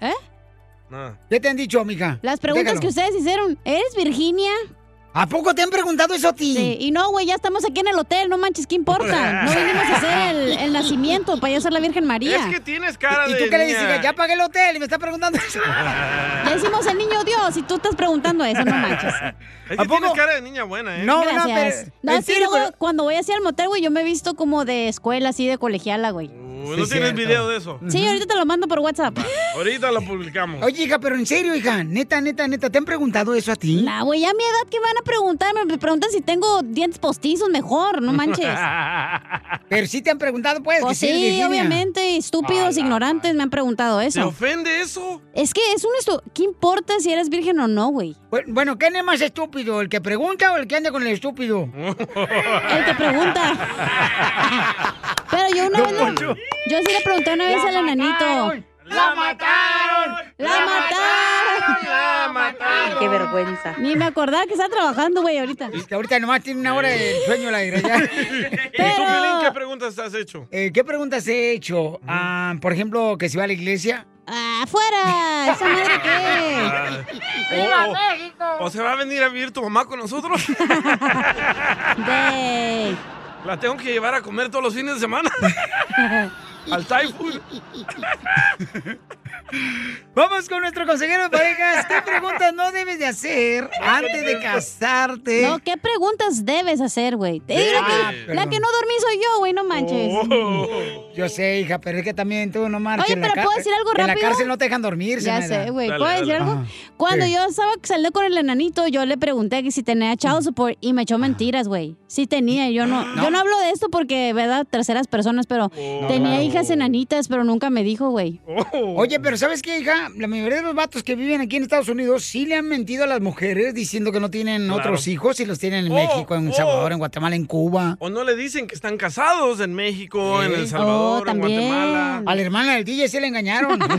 [SPEAKER 4] ¿Eh?
[SPEAKER 2] ¿Qué te han dicho, mija?
[SPEAKER 4] las preguntas
[SPEAKER 2] Déjalo.
[SPEAKER 4] que ustedes hicieron. ¿Eres Virginia?
[SPEAKER 2] ¿A poco te han preguntado eso a ti?
[SPEAKER 4] Sí, y no, güey, ya estamos aquí en el hotel, no manches, ¿qué importa? No vinimos a hacer el, el nacimiento para ya ser la Virgen María.
[SPEAKER 3] Es que tienes cara
[SPEAKER 2] ¿Y
[SPEAKER 3] de
[SPEAKER 2] tú qué le
[SPEAKER 3] niña.
[SPEAKER 2] dices? hija? Ya pagué el hotel y me está preguntando eso.
[SPEAKER 4] Ya hicimos el niño Dios y tú estás preguntando eso, no manches.
[SPEAKER 3] Es que tienes cara de niña buena, ¿eh?
[SPEAKER 4] Gracias. No, sí, luego, cuando voy hacia el motel, güey, yo me he visto como de escuela, así de colegiala, güey.
[SPEAKER 3] Uy, ¿No tienes video de eso?
[SPEAKER 4] Sí, ahorita te lo mando por WhatsApp.
[SPEAKER 3] Ahorita lo publicamos.
[SPEAKER 2] Oye, hija, pero en serio, hija, neta, neta, neta, ¿te han preguntado eso a ti?
[SPEAKER 4] Nah, güey, ya a mi edad, ¿qué van a preguntarme? Me preguntan si tengo dientes postizos mejor, no manches.
[SPEAKER 2] Pero sí te han preguntado, pues.
[SPEAKER 4] Pues
[SPEAKER 2] que si eres
[SPEAKER 4] sí,
[SPEAKER 2] Virginia.
[SPEAKER 4] obviamente, estúpidos, ignorantes me han preguntado eso.
[SPEAKER 3] ¿Te ofende eso?
[SPEAKER 4] Es que es un esto. ¿Qué importa si eres virgen o no, güey?
[SPEAKER 2] Bu- Bueno, ¿quién es más estúpido? ¿El que pregunta o el que anda con el estúpido?
[SPEAKER 4] El que pregunta. Pero yo una vez. le- yo sí le pregunté una vez al enanito.
[SPEAKER 2] ¡La mataron!
[SPEAKER 4] ¡La mataron!
[SPEAKER 3] ¡La mataron!
[SPEAKER 4] ¡Qué vergüenza! Ni me acordaba que está trabajando, güey, ahorita.
[SPEAKER 2] Que ahorita nomás tiene una hora de sueño la desgraciada.
[SPEAKER 3] ¿Y tú, Piolín, qué preguntas has hecho? Mm.
[SPEAKER 2] Eh, ¿Qué preguntas he hecho? Ah, por ejemplo, que si va a la iglesia.
[SPEAKER 4] ¡Afuera! Ah, ¿Esa madre qué?
[SPEAKER 2] Oh,
[SPEAKER 3] ¡Viva México! ¿O se va a venir a vivir tu mamá con nosotros? La tengo que llevar a comer todos los fines de semana. Al Thai food.
[SPEAKER 2] Vamos con nuestro consejero de parejas. ¿Qué preguntas no debes de hacer antes de casarte?
[SPEAKER 4] No, ¿qué preguntas debes hacer, güey? Te digo
[SPEAKER 2] Ah,
[SPEAKER 4] que
[SPEAKER 2] perdón.
[SPEAKER 4] la que no dormí soy yo, güey, no manches.
[SPEAKER 3] Oh.
[SPEAKER 2] Yo sé, hija, pero es que también tú no marches.
[SPEAKER 4] Oye,
[SPEAKER 2] en la
[SPEAKER 4] pero
[SPEAKER 2] ca-
[SPEAKER 4] ¿puedo decir algo
[SPEAKER 2] En la
[SPEAKER 4] rápido?
[SPEAKER 2] cárcel no te dejan dormir,
[SPEAKER 4] Ya
[SPEAKER 2] Zenaida.
[SPEAKER 4] sé, güey. ¿Puedo decir algo? Cuando
[SPEAKER 2] Sí.
[SPEAKER 4] yo estaba saliendo con el enanito, yo le pregunté que si tenía child support y me echó mentiras, güey. Sí tenía, yo no, yo no hablo de esto porque, ¿verdad? Terceras personas, pero tenía
[SPEAKER 2] Oh. claro. Oh.
[SPEAKER 4] hijas enanitas, pero nunca me dijo, güey.
[SPEAKER 2] Oye, pero ¿sabes qué, hija? La mayoría de los vatos que viven aquí en Estados Unidos sí le han mentido a las mujeres diciendo que no tienen
[SPEAKER 3] Claro.
[SPEAKER 2] otros hijos y los tienen en
[SPEAKER 3] Oh,
[SPEAKER 2] México, en El
[SPEAKER 3] oh.
[SPEAKER 2] Salvador, en Guatemala, en Cuba.
[SPEAKER 3] O no le dicen que están casados en México, Oh, en El Salvador,
[SPEAKER 2] Oh.
[SPEAKER 3] en Guatemala.
[SPEAKER 2] A la hermana del DJ se le engañaron. ¿Cómo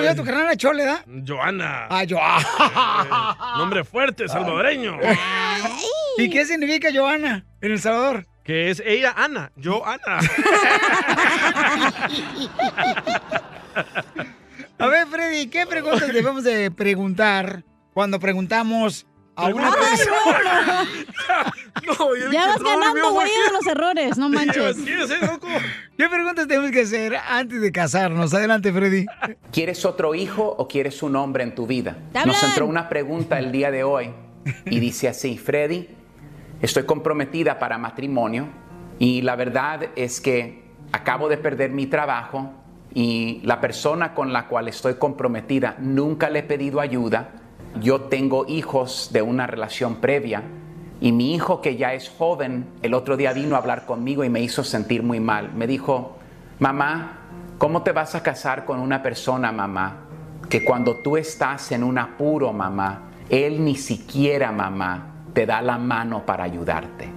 [SPEAKER 2] se llama tu carnal? ¿A Chole, da? Ah,
[SPEAKER 3] Joana.
[SPEAKER 2] A Joana.
[SPEAKER 3] Nombre fuerte, salvadoreño.
[SPEAKER 2] Ah. ¿Y qué significa Joana en El Salvador?
[SPEAKER 3] Que es ella, Ana. Yo, Ana.
[SPEAKER 2] A ver, Freddy, ¿qué preguntas debemos de preguntar cuando preguntamos a una
[SPEAKER 4] Ay,
[SPEAKER 2] persona?
[SPEAKER 4] Ya vas ganando, güey, de los errores, no manches.
[SPEAKER 3] ¿eh,
[SPEAKER 2] ¿Qué preguntas tenemos que hacer antes de casarnos? Adelante, Freddy.
[SPEAKER 14] ¿Quieres otro hijo o quieres un hombre en tu vida?
[SPEAKER 2] ¡Te
[SPEAKER 14] Nos
[SPEAKER 2] hablan!
[SPEAKER 14] entró una pregunta el día de hoy y dice así, Freddy, estoy comprometida para matrimonio y la verdad es que acabo de perder mi trabajo y la persona con la cual estoy comprometida nunca le he pedido ayuda. Yo tengo hijos de una relación previa y mi hijo que ya es joven el otro día vino a hablar conmigo y me hizo sentir muy mal. Me dijo, mamá, ¿cómo te vas a casar con una persona, mamá? Que cuando tú estás en un apuro, mamá, él ni siquiera, mamá, te da la mano para ayudarte.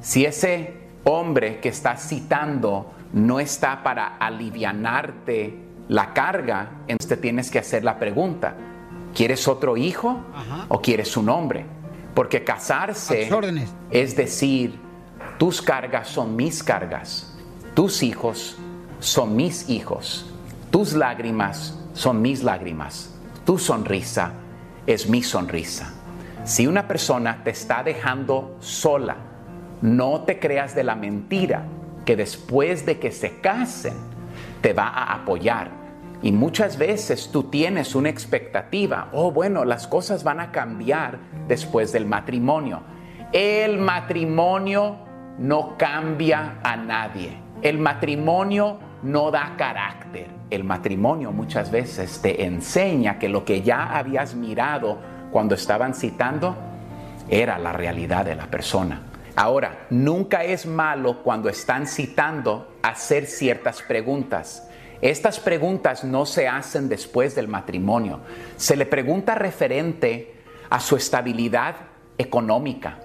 [SPEAKER 14] Si ese hombre que estás citando no está para alivianarte la carga, entonces te tienes que hacer la pregunta, ¿quieres otro hijo o quieres un hombre? Porque casarse es decir, tus cargas son mis cargas, tus hijos son mis hijos, tus lágrimas son mis lágrimas, tu sonrisa es mi sonrisa. Si una persona te está dejando sola, no te creas de la mentira que después de que se casen te va a apoyar. Y muchas veces tú tienes una expectativa, oh bueno, las cosas van a cambiar después del matrimonio. El matrimonio no cambia a nadie. El matrimonio no da carácter. El matrimonio muchas veces te enseña que lo que ya habías mirado cuando estaban citando era la realidad de la persona. Ahora, nunca es malo cuando están citando hacer ciertas preguntas. Estas preguntas no se hacen después del matrimonio. Se le pregunta referente a su estabilidad económica.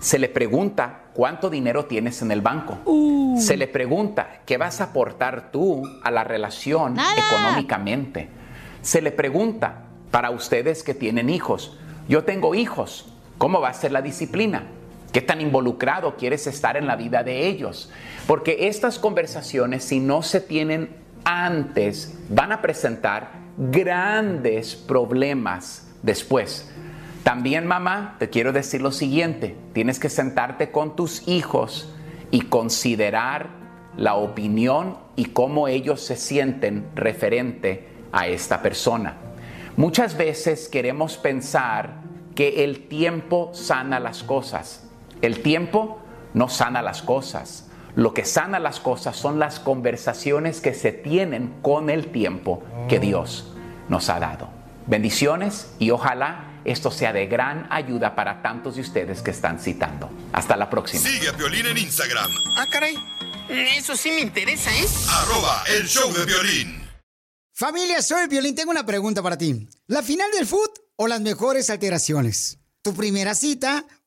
[SPEAKER 14] Se le pregunta cuánto dinero tienes en el banco. Se le pregunta qué vas a aportar tú a la relación económicamente. Se le pregunta para ustedes que tienen hijos. Yo tengo hijos. ¿Cómo va a ser la disciplina? ¿Qué tan involucrado quieres estar en la vida de ellos? Porque estas conversaciones, si no se tienen antes, van a presentar grandes problemas después. También, mamá, te quiero decir lo siguiente, tienes que sentarte con tus hijos y considerar la opinión y cómo ellos se sienten referente a esta persona. Muchas veces queremos pensar que el tiempo sana las cosas. El tiempo no sana las cosas. Lo que sana las cosas son las conversaciones que se tienen con el tiempo que Dios nos ha dado. Bendiciones y ojalá esto sea de gran ayuda para tantos de ustedes que están citando. Hasta la próxima.
[SPEAKER 5] Sigue a Piolín en Instagram,
[SPEAKER 19] Ah, caray. Eso sí me interesa, ¿eh?
[SPEAKER 5] arroba el show de violín.
[SPEAKER 20] Familia, soy el Violín. Tengo una pregunta para ti. ¿La final del foot o las mejores alteraciones? ¿Tu primera cita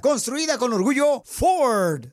[SPEAKER 20] construida con orgullo Ford.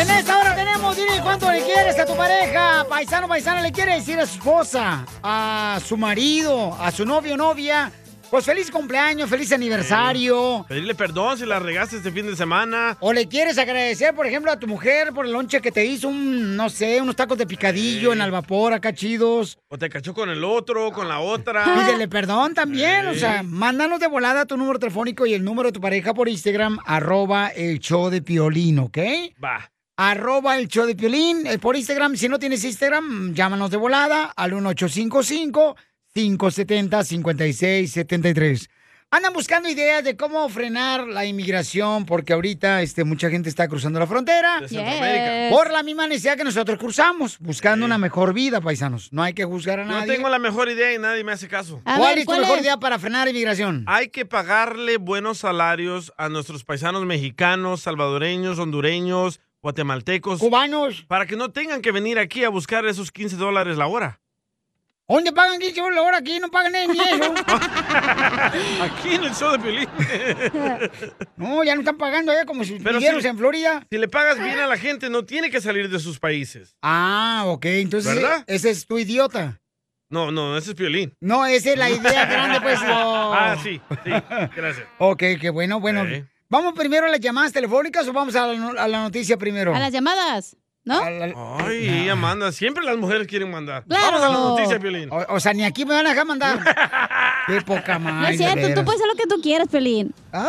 [SPEAKER 2] En esta hora tenemos, dile cuánto le quieres a tu pareja. Paisano, paisana, le quiere decir a su esposa, a su marido, a su novio, novia. Pues feliz cumpleaños, feliz aniversario.
[SPEAKER 3] Pedirle perdón si la regaste este fin de semana.
[SPEAKER 2] O le quieres agradecer, por ejemplo, a tu mujer por el lonche que te hizo, un, no sé, unos tacos de picadillo en al vapor, acá chidos.
[SPEAKER 3] O te cachó con el otro, con la otra.
[SPEAKER 2] Pídele perdón también, o
[SPEAKER 3] Ah. Sí.
[SPEAKER 2] sea, mándanos de volada tu número telefónico y el número de tu pareja por Instagram, arroba el show de Piolín, ¿ok?
[SPEAKER 3] Va.
[SPEAKER 2] Arroba el show de Piolín eh, por Instagram. Si no tienes Instagram, llámanos de volada al 1855-570-5673. Andan buscando ideas de cómo frenar la inmigración porque ahorita este, mucha gente está cruzando la frontera
[SPEAKER 8] De Centroamérica. Yes.
[SPEAKER 2] por la misma necesidad que nosotros cruzamos, buscando una mejor vida, paisanos. No hay que juzgar a
[SPEAKER 3] No
[SPEAKER 2] nadie.
[SPEAKER 3] tengo la mejor idea y nadie me hace caso.
[SPEAKER 2] ¿Cuál es tu mejor idea para frenar inmigración?
[SPEAKER 3] Hay que pagarle buenos salarios a nuestros paisanos mexicanos, salvadoreños, hondureños, guatemaltecos.
[SPEAKER 2] Cubanos.
[SPEAKER 3] Para que no tengan que venir aquí a buscar esos 15 dólares la hora.
[SPEAKER 2] ¿Dónde pagan 15 dólares la hora aquí? No pagan ni eso.
[SPEAKER 3] Aquí en el show de Piolín.
[SPEAKER 2] No, ya no están pagando allá como si
[SPEAKER 3] Pero
[SPEAKER 2] vivieran
[SPEAKER 3] sí.
[SPEAKER 2] en Florida.
[SPEAKER 3] Si le pagas bien a la gente, no tiene que salir de sus países.
[SPEAKER 2] Ah, ok, entonces
[SPEAKER 3] ¿Verdad?
[SPEAKER 2] ese es tu idiota.
[SPEAKER 3] No, no, ese es Piolín.
[SPEAKER 2] No, esa es la idea grande, pues. lo-
[SPEAKER 3] Ah, sí, sí, gracias.
[SPEAKER 2] Ok, qué bueno, bueno.
[SPEAKER 3] Ok.
[SPEAKER 2] ¿Vamos primero a las llamadas telefónicas o vamos a la, no- a la noticia primero?
[SPEAKER 4] A las llamadas, ¿no?
[SPEAKER 3] Ay, ella manda. Siempre las mujeres quieren mandar.
[SPEAKER 4] Claro.
[SPEAKER 3] Vamos a la noticia, Piolín.
[SPEAKER 2] O, o sea, ni aquí me van a dejar mandar. Oh, qué poca madre.
[SPEAKER 4] Ah. No es cierto, tú puedes hacer lo que tú quieras, Pelín.
[SPEAKER 2] Ah.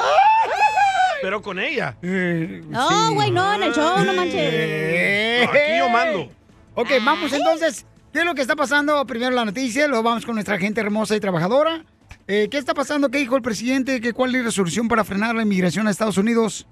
[SPEAKER 3] Pero con ella.
[SPEAKER 2] Eh,
[SPEAKER 4] No, güey, no, en el show, no manches.
[SPEAKER 3] No, Eh, aquí yo mando.
[SPEAKER 2] Ok, vamos entonces. ¿Qué es lo que está pasando? Primero la noticia, luego vamos con nuestra gente hermosa y trabajadora. Eh, ¿Qué está pasando? ¿Qué dijo el presidente? ¿Qué, ¿Cuál es la solución para frenar la inmigración a Estados Unidos?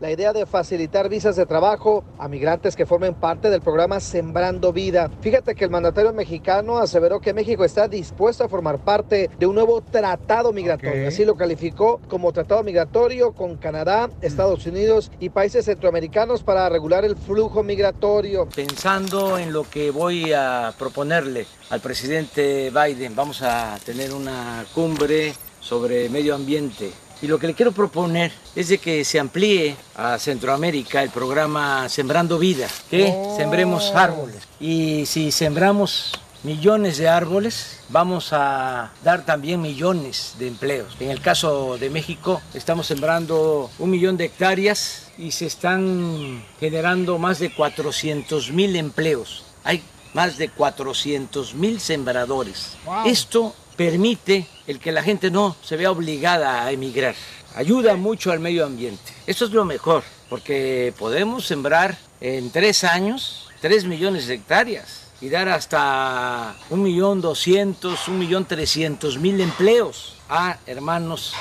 [SPEAKER 6] La idea de facilitar visas de trabajo a migrantes que formen parte del programa Sembrando Vida. Fíjate que el mandatario mexicano aseveró que México está dispuesto a formar parte de un nuevo tratado migratorio.
[SPEAKER 7] Ok.
[SPEAKER 6] Así lo calificó como tratado migratorio con Canadá, Estados Unidos y países centroamericanos para regular el flujo migratorio.
[SPEAKER 7] Pensando en lo que voy a proponerle al presidente Biden, vamos a tener una cumbre sobre medio ambiente. Y lo que le quiero proponer es de que se amplíe a Centroamérica el programa Sembrando Vida, que Oh. sembremos árboles. Y si sembramos millones de árboles, vamos a dar también millones de empleos. En el caso de México, estamos sembrando un millón de hectáreas y se están generando más de 400 mil empleos. Hay más de 400 mil sembradores. Wow. Esto permite el que la gente no se vea obligada a emigrar. Ayuda mucho al medio ambiente. Esto es lo mejor, porque podemos sembrar en tres años 3 millones de hectáreas y dar hasta un millón doscientos, un millón trescientos mil empleos a hermanos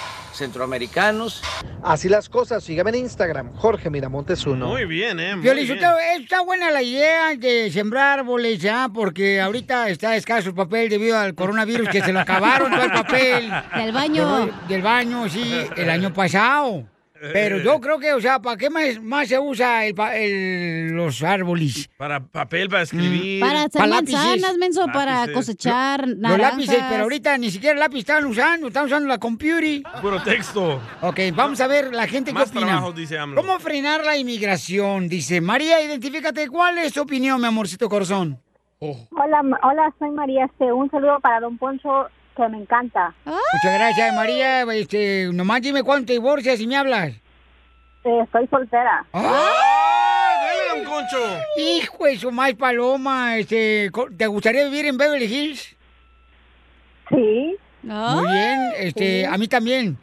[SPEAKER 7] centroamericanos.
[SPEAKER 6] Así las cosas, sígame en Instagram, Jorge Miramontes uno.
[SPEAKER 7] Muy
[SPEAKER 3] bien, eh.
[SPEAKER 2] Violín, Sotelo, está buena la idea de sembrar árboles ya, porque ahorita está escaso el papel debido al coronavirus que se lo acabaron todo el papel.
[SPEAKER 4] Del baño.
[SPEAKER 2] Del, del baño, sí, el año pasado. Pero yo creo que, o sea, ¿para qué más, más se usa el, pa- el- los árboles?
[SPEAKER 3] Para papel, para escribir.
[SPEAKER 4] Para hacer manzanas, menso, para
[SPEAKER 3] Lápices.
[SPEAKER 4] cosechar
[SPEAKER 2] Los- Los
[SPEAKER 4] naranjas.
[SPEAKER 2] lápices, pero ahorita ni siquiera lápiz están usando, están usando la computer.
[SPEAKER 3] Puro texto.
[SPEAKER 2] Ok, vamos a ver la gente
[SPEAKER 3] Más
[SPEAKER 2] qué opina.
[SPEAKER 3] trabajo, dice AMLO.
[SPEAKER 2] ¿Cómo frenar la inmigración? Dice María, identifícate. ¿Cuál es tu opinión, mi amorcito corazón?
[SPEAKER 21] Hola, ma- hola, soy María. Este, un saludo para Don Poncho que me encanta.
[SPEAKER 2] Muchas gracias, María. Este, nomás dime cuánto te divorcias y me hablas.
[SPEAKER 21] Eh, soy soltera.
[SPEAKER 2] ¡Dale, don Concho! Hijo de su más paloma, este, co- ¿te gustaría vivir en Beverly Hills? Sí. Muy bien, este, a mí también.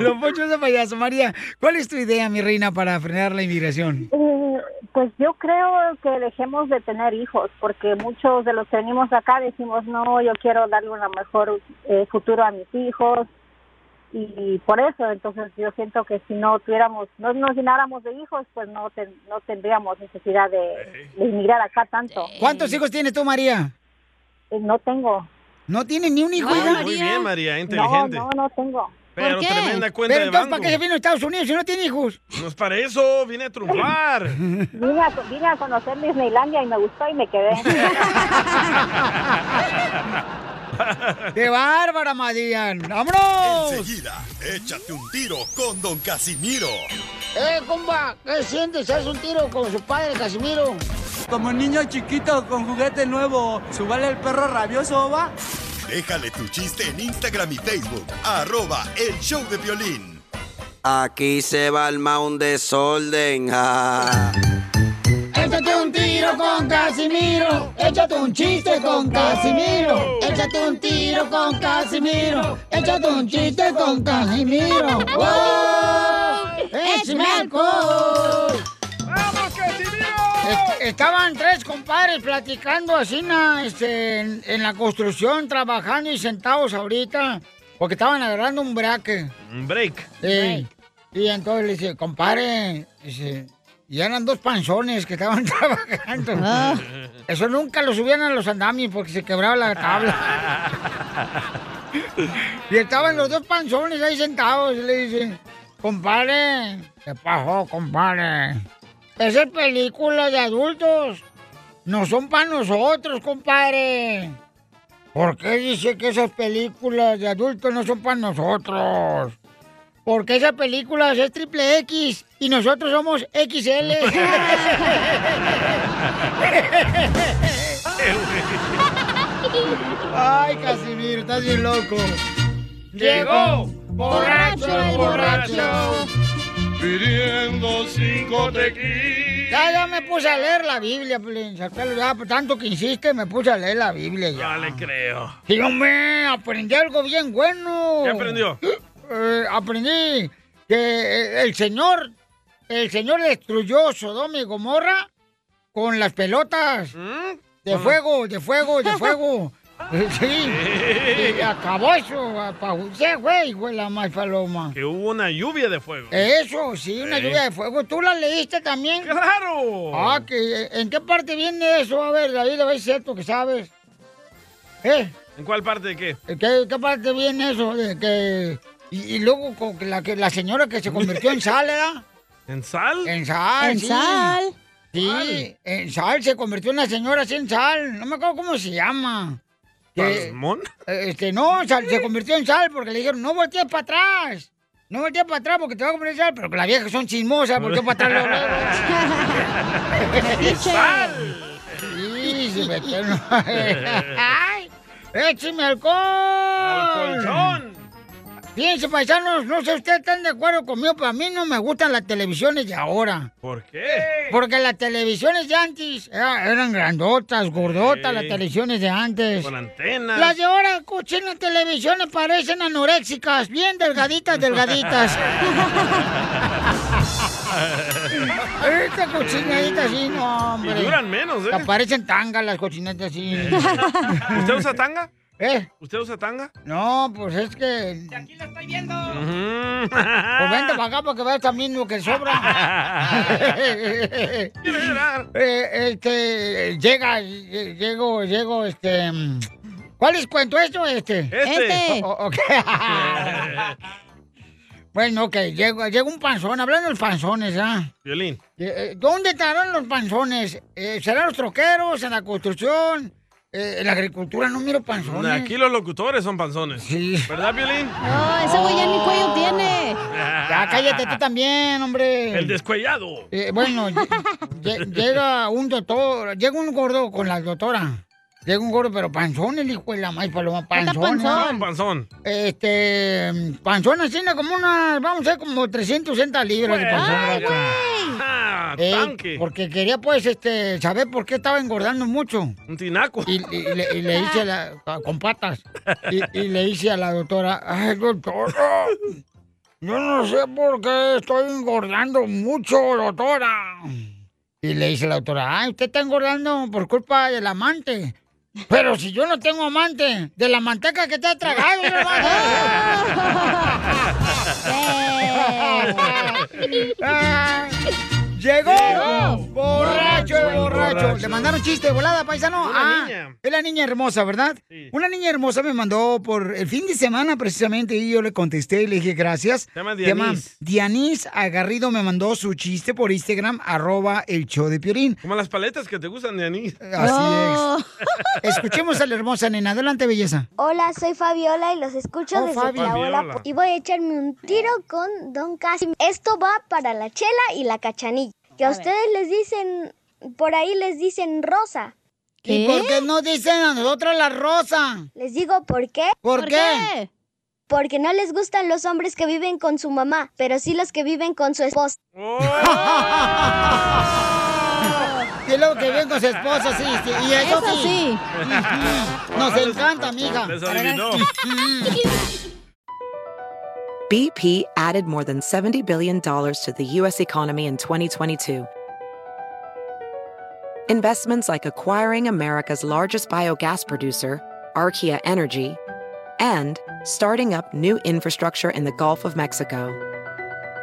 [SPEAKER 2] Don Poncho de payaso, María, ¿cuál es tu idea, mi reina, para frenar la inmigración?
[SPEAKER 21] Eh, pues yo creo que dejemos de tener hijos, porque muchos de los que venimos acá decimos, no, yo quiero darle un mejor eh, futuro a mis hijos. Y por eso, entonces yo siento que si no tuviéramos, no nos llenáramos de hijos, pues no, ten- no tendríamos necesidad de, de inmigrar acá tanto.
[SPEAKER 2] ¿Cuántos hijos tienes tú, María?
[SPEAKER 21] Eh, pues No tengo.
[SPEAKER 2] ¿No tienes ni un hijo?
[SPEAKER 3] Muy-
[SPEAKER 2] hija?
[SPEAKER 3] muy bien, María, inteligente.
[SPEAKER 21] No, no, no tengo.
[SPEAKER 3] Pero tremenda cuenta
[SPEAKER 2] Pero
[SPEAKER 3] de
[SPEAKER 2] entonces,
[SPEAKER 3] banco.
[SPEAKER 2] ¿para qué se vino a Estados Unidos si no tiene hijos?
[SPEAKER 3] No es para eso, vine a triunfar.
[SPEAKER 21] Vine a, vine a conocer Disneylandia y me gustó y me quedé.
[SPEAKER 2] ¡Qué bárbara, María! ¡Vámonos!
[SPEAKER 5] Enseguida, échate un tiro con Don Casimiro.
[SPEAKER 8] ¡Eh, comba! ¿Qué sientes? ¿Haz un tiro con su padre, Casimiro? Como niño chiquito con juguete nuevo, ¿subale Oh, el perro rabioso, va?
[SPEAKER 5] Déjale tu chiste en Instagram y Facebook, arroba el show de violín.
[SPEAKER 22] Aquí se va el mound desorden. ah.
[SPEAKER 8] Échate un tiro con Casimiro. Échate un chiste con Casimiro. Échate un tiro con Casimiro. Échate un chiste con Casimiro. ¡Wow! ¡Échame alcohol!
[SPEAKER 2] Est- Estaban tres compadres platicando así na, este, en, en la construcción, trabajando y sentados ahorita, porque estaban agarrando un braque.
[SPEAKER 3] Un break.
[SPEAKER 2] Eh, Y entonces le dice, compadre, dice, y eran dos panzones que estaban trabajando. Eso nunca lo subían a los andamios porque se quebraba la tabla. Y estaban los dos panzones ahí sentados y le dice, compadre, ¿qué pasó, compadre? Esas películas de adultos no son para nosotros, compadre. ¿Por qué dice que esas películas de adultos no son para nosotros? Porque esas películas es triple X y nosotros somos XL. Ay, Casimiro, estás bien loco.
[SPEAKER 8] Llegó
[SPEAKER 2] borracho el borracho.
[SPEAKER 8] Pidiendo cinco tequilas.
[SPEAKER 2] Ya, ya me puse a leer la Biblia, Piolín, Sotelo, ya por tanto que insiste, me puse a leer la Biblia ya.
[SPEAKER 3] No le creo.
[SPEAKER 2] Y hombre, aprendí algo bien bueno.
[SPEAKER 3] ¿Qué aprendió?
[SPEAKER 2] Eh, aprendí que eh, el señor, el señor destruyó Sodoma y Gomorra con las pelotas
[SPEAKER 3] ¿Mm?
[SPEAKER 2] de fuego, de fuego, de fuego. Eh, sí, y acabó eso, pa- se fue, hijo de la más paloma.
[SPEAKER 3] Que hubo una lluvia de fuego.
[SPEAKER 2] Eso, sí, una
[SPEAKER 3] Sí.
[SPEAKER 2] lluvia de fuego. ¿Tú la leíste también?
[SPEAKER 3] ¡Claro!
[SPEAKER 2] Ah, que, ¿en qué parte viene eso? A ver, David, a ver si es cierto que sabes. ¿Eh?
[SPEAKER 3] ¿En cuál parte de qué?
[SPEAKER 2] ¿Qué, qué parte viene eso? De que, y, y luego con que la, que la señora que se convirtió en sal, ¿verdad?
[SPEAKER 3] ¿En sal?
[SPEAKER 2] En sal,
[SPEAKER 3] En
[SPEAKER 2] sí.
[SPEAKER 3] sal.
[SPEAKER 2] Sí,
[SPEAKER 3] Sal.
[SPEAKER 2] en sal, se convirtió en una señora así en sal. No me acuerdo cómo se llama. Que-
[SPEAKER 3] ¿Palmón?
[SPEAKER 2] eh, Este, no, sal- se convirtió en sal porque le dijeron, no voltees para atrás. No voltees para atrás porque te va a convertir en sal. Pero que las viejas son chismosas, volteó para atrás luego, luego.
[SPEAKER 8] ¡Sal!
[SPEAKER 2] Sí, se metieron. ¡Ay! ¡Écheme alcohol! colchón! Fíjense, paisanos, no sé si ustedes están de acuerdo conmigo, pero a mí no me gustan las televisiones de ahora.
[SPEAKER 3] ¿Por qué?
[SPEAKER 2] Porque las televisiones de antes era- eran grandotas, gordotas, las televisiones de antes.
[SPEAKER 3] Con antenas.
[SPEAKER 2] Las de ahora, cochinas televisiones, parecen anoréxicas, bien delgaditas, delgaditas. Esta cochinadita así, no, hombre.
[SPEAKER 3] Y duran menos, ¿eh?
[SPEAKER 2] Aparecen tangas las cochinadas así.
[SPEAKER 3] ¿Usted usa tanga?
[SPEAKER 2] ¿Eh?
[SPEAKER 3] ¿Usted usa tanga?
[SPEAKER 2] No, pues es que... aquí la estoy viendo. Pues vente para acá para que veas también lo que sobra. Eh, este, llega, eh, llego, llego, este... mm, ¿Cuál es cuento esto, este?
[SPEAKER 8] Este.
[SPEAKER 2] O- o- ok. bueno, ok, llega, llega un panzón, hablando de los panzones, ¿ah?
[SPEAKER 3] Violín.
[SPEAKER 2] Eh, eh, ¿Dónde estarán los panzones? Eh, ¿Serán los troqueros, en la construcción, eh, en la agricultura? No miro panzones.
[SPEAKER 3] Aquí los locutores son panzones. ¿Verdad, Violín?
[SPEAKER 2] No,
[SPEAKER 4] ese güey ya ni cuello
[SPEAKER 2] tiene. Oh. Ya cállate tú también, hombre.
[SPEAKER 3] El descuellado.
[SPEAKER 2] Eh, bueno, lle- lle- llega un doctor, llega un gordo con la doctora. Llega un gordo, pero panzón, el hijo de la maíz paloma,
[SPEAKER 3] Está
[SPEAKER 2] panzón.
[SPEAKER 3] panzón.
[SPEAKER 2] ¿eh?
[SPEAKER 3] Panzón.
[SPEAKER 2] Este, panzón así, ¿no? como unas, vamos a ver, como 360 libras de panzón.
[SPEAKER 3] Ay,
[SPEAKER 2] vato. Ey,
[SPEAKER 3] tanque.
[SPEAKER 2] Porque quería, pues, este, saber por qué estaba engordando mucho.
[SPEAKER 3] Un tinaco.
[SPEAKER 2] Y, y le, y le hice a la, con patas. Y, y le hice a la doctora, ay, doctora, yo no sé por qué estoy engordando mucho, doctora. Y le dice la doctora, ay, usted está engordando por culpa del amante. Pero si yo no tengo amante, de la manteca que te has tragado, no mames". Ah, Llegó, borracho, borracho. Le mandaron chiste de volada, paisano.
[SPEAKER 8] Una
[SPEAKER 2] ah,
[SPEAKER 8] niña.
[SPEAKER 2] es la niña hermosa, ¿verdad? Una niña hermosa me mandó por el fin de semana precisamente y yo le contesté y le dije gracias.
[SPEAKER 3] Se llama
[SPEAKER 2] Te
[SPEAKER 3] Dianís.
[SPEAKER 2] Dianís Agarrido me mandó su chiste por Instagram, arroba el show de Piolín.
[SPEAKER 3] Como las paletas que te gustan de anís.
[SPEAKER 2] Así
[SPEAKER 3] Oh.
[SPEAKER 2] es. Escuchemos a la hermosa nena. Adelante, belleza.
[SPEAKER 9] Hola, soy Fabiola y los escucho
[SPEAKER 2] Oh,
[SPEAKER 9] desde
[SPEAKER 2] Fabi. Fabiola.
[SPEAKER 9] Tlaola y voy a echarme un tiro con Don Casimiro. Esto va para la chela y la cachanilla, que a, ustedes les dicen, por ahí les dicen rosa.
[SPEAKER 2] ¿Y por qué no dicen a nosotros la rosa?
[SPEAKER 9] Les digo por qué.
[SPEAKER 2] ¿Por ¿Por qué? qué?
[SPEAKER 9] Porque no les gustan los hombres que viven con su mamá, pero sí los que viven con su esposa.
[SPEAKER 2] Oh, Y luego que ven con su esposa, sí, sí, y eso,
[SPEAKER 9] Eso sí.
[SPEAKER 2] Ujú. Nos encanta, amiga.
[SPEAKER 8] Les adivinó.
[SPEAKER 1] BP added more than $70 billion to the U.S. economy in 2022. Investments like acquiring America's largest biogas producer, Archaea Energy, and starting up new infrastructure in the Gulf of Mexico.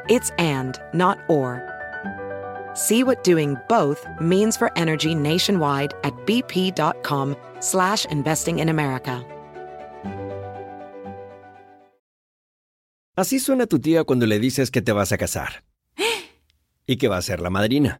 [SPEAKER 1] It's and, not or. See what doing both means for energy nationwide at bp.com slash investing in America.
[SPEAKER 23] Así suena tu tía cuando le dices que te vas a casar. Y que va a ser la madrina.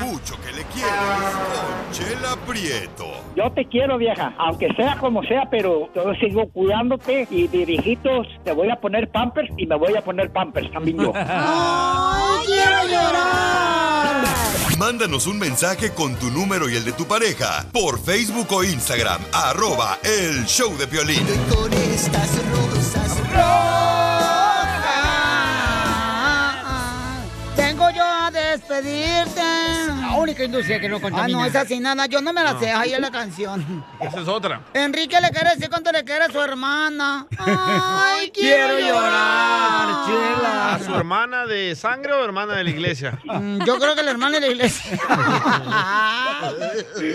[SPEAKER 5] Mucho que le quieres con Chela Prieto.
[SPEAKER 17] Yo te quiero, vieja, aunque sea como sea, pero yo sigo cuidándote y dirijitos, te voy a poner pampers y me voy a poner pampers también yo.
[SPEAKER 2] ¡Ay, quiero llorar!
[SPEAKER 5] Mándanos un mensaje con tu número y el de tu pareja por Facebook o Instagram, arroba el show de violín.
[SPEAKER 8] Con estas rosas rojas.
[SPEAKER 2] Tengo yo a despedirte. La única industria que no contamina. Ah, no, esa sí, nada. Yo no me la
[SPEAKER 3] No.
[SPEAKER 2] sé. Ahí es la canción.
[SPEAKER 3] Esa es otra.
[SPEAKER 2] Enrique le quiere decir cuánto le quiere a su hermana. ¡Ay, quiero,
[SPEAKER 3] Quiero
[SPEAKER 2] llorar,
[SPEAKER 3] ¿A su hermana de sangre o hermana de la iglesia?
[SPEAKER 2] Mm, Yo creo que la hermana de la iglesia.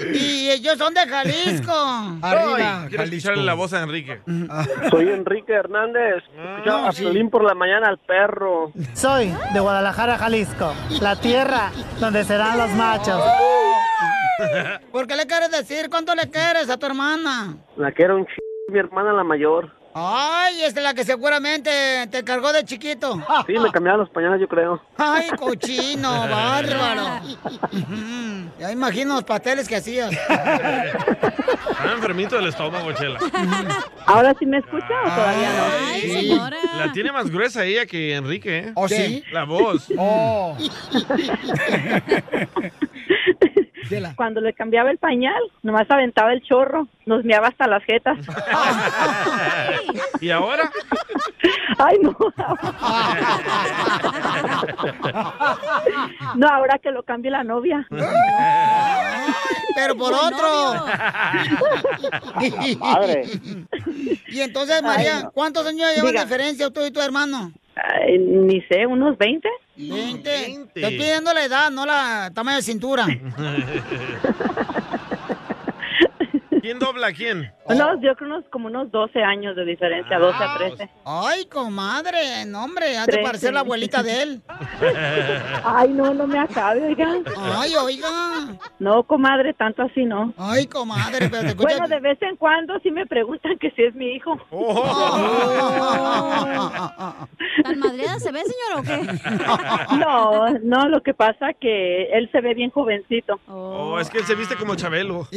[SPEAKER 2] y ellos son de Jalisco. Mm.
[SPEAKER 3] Ay, quiero escucharle la voz a Enrique.
[SPEAKER 24] Soy Enrique Hernández. Escuchaba a Piolín por la mañana al perro.
[SPEAKER 13] Soy de Guadalajara, Jalisco, la tierra donde serán los machos.
[SPEAKER 2] ¿Por qué le quieres decir cuánto le quieres a tu hermana?
[SPEAKER 24] La que era un ch... mi hermana la mayor.
[SPEAKER 2] Ay, es la que seguramente te cargó de chiquito.
[SPEAKER 24] Sí, me cambiaron los pañales, yo creo.
[SPEAKER 2] Ay, cochino, bárbaro. Ujú. Ya imagino los pasteles que hacías.
[SPEAKER 3] Estaba enfermito del estómago, Chela.
[SPEAKER 25] ¿Ahora sí me escucha o todavía no?
[SPEAKER 3] Sí. La tiene más gruesa ella que Enrique, ¿eh?
[SPEAKER 2] ¿Oh, sí?
[SPEAKER 3] La voz.
[SPEAKER 2] Oh.
[SPEAKER 25] Cuando le cambiaba el pañal, nomás aventaba el chorro, nos meaba hasta las jetas.
[SPEAKER 3] ¿Y ahora?
[SPEAKER 25] Ay, no. No, ahora que lo cambie la novia.
[SPEAKER 2] pero por otro.
[SPEAKER 8] madre.
[SPEAKER 2] y entonces, María,
[SPEAKER 8] Ay, no.
[SPEAKER 2] ¿cuántos años ya llevan de
[SPEAKER 8] Diga.
[SPEAKER 2] diferencia tú y tu hermano?
[SPEAKER 25] ni sé, unos 20.
[SPEAKER 2] 20. Te estoy pidiendo la edad, no la tamaño de cintura.
[SPEAKER 3] ¿Quién dobla a quién?
[SPEAKER 2] Oh.
[SPEAKER 25] No, yo creo unos, como unos 12 años de diferencia, 12
[SPEAKER 2] Ah,
[SPEAKER 25] a 13.
[SPEAKER 2] Ay, comadre, no, hombre, has de
[SPEAKER 25] Trece.
[SPEAKER 2] parecer la abuelita de él.
[SPEAKER 25] Ay, no, no me acabe, oigan.
[SPEAKER 2] Ay, oiga.
[SPEAKER 25] No, comadre, tanto así no.
[SPEAKER 2] Ay, comadre, pero te escuchas-
[SPEAKER 25] Bueno, de vez en cuando sí me preguntan que si es mi hijo.
[SPEAKER 4] Oh.
[SPEAKER 2] Ah,
[SPEAKER 4] ¿Tan madreada se ve, señor, o qué?
[SPEAKER 25] No, no, lo que pasa que él se ve bien jovencito.
[SPEAKER 3] Oh, es que él se viste como Chabelo.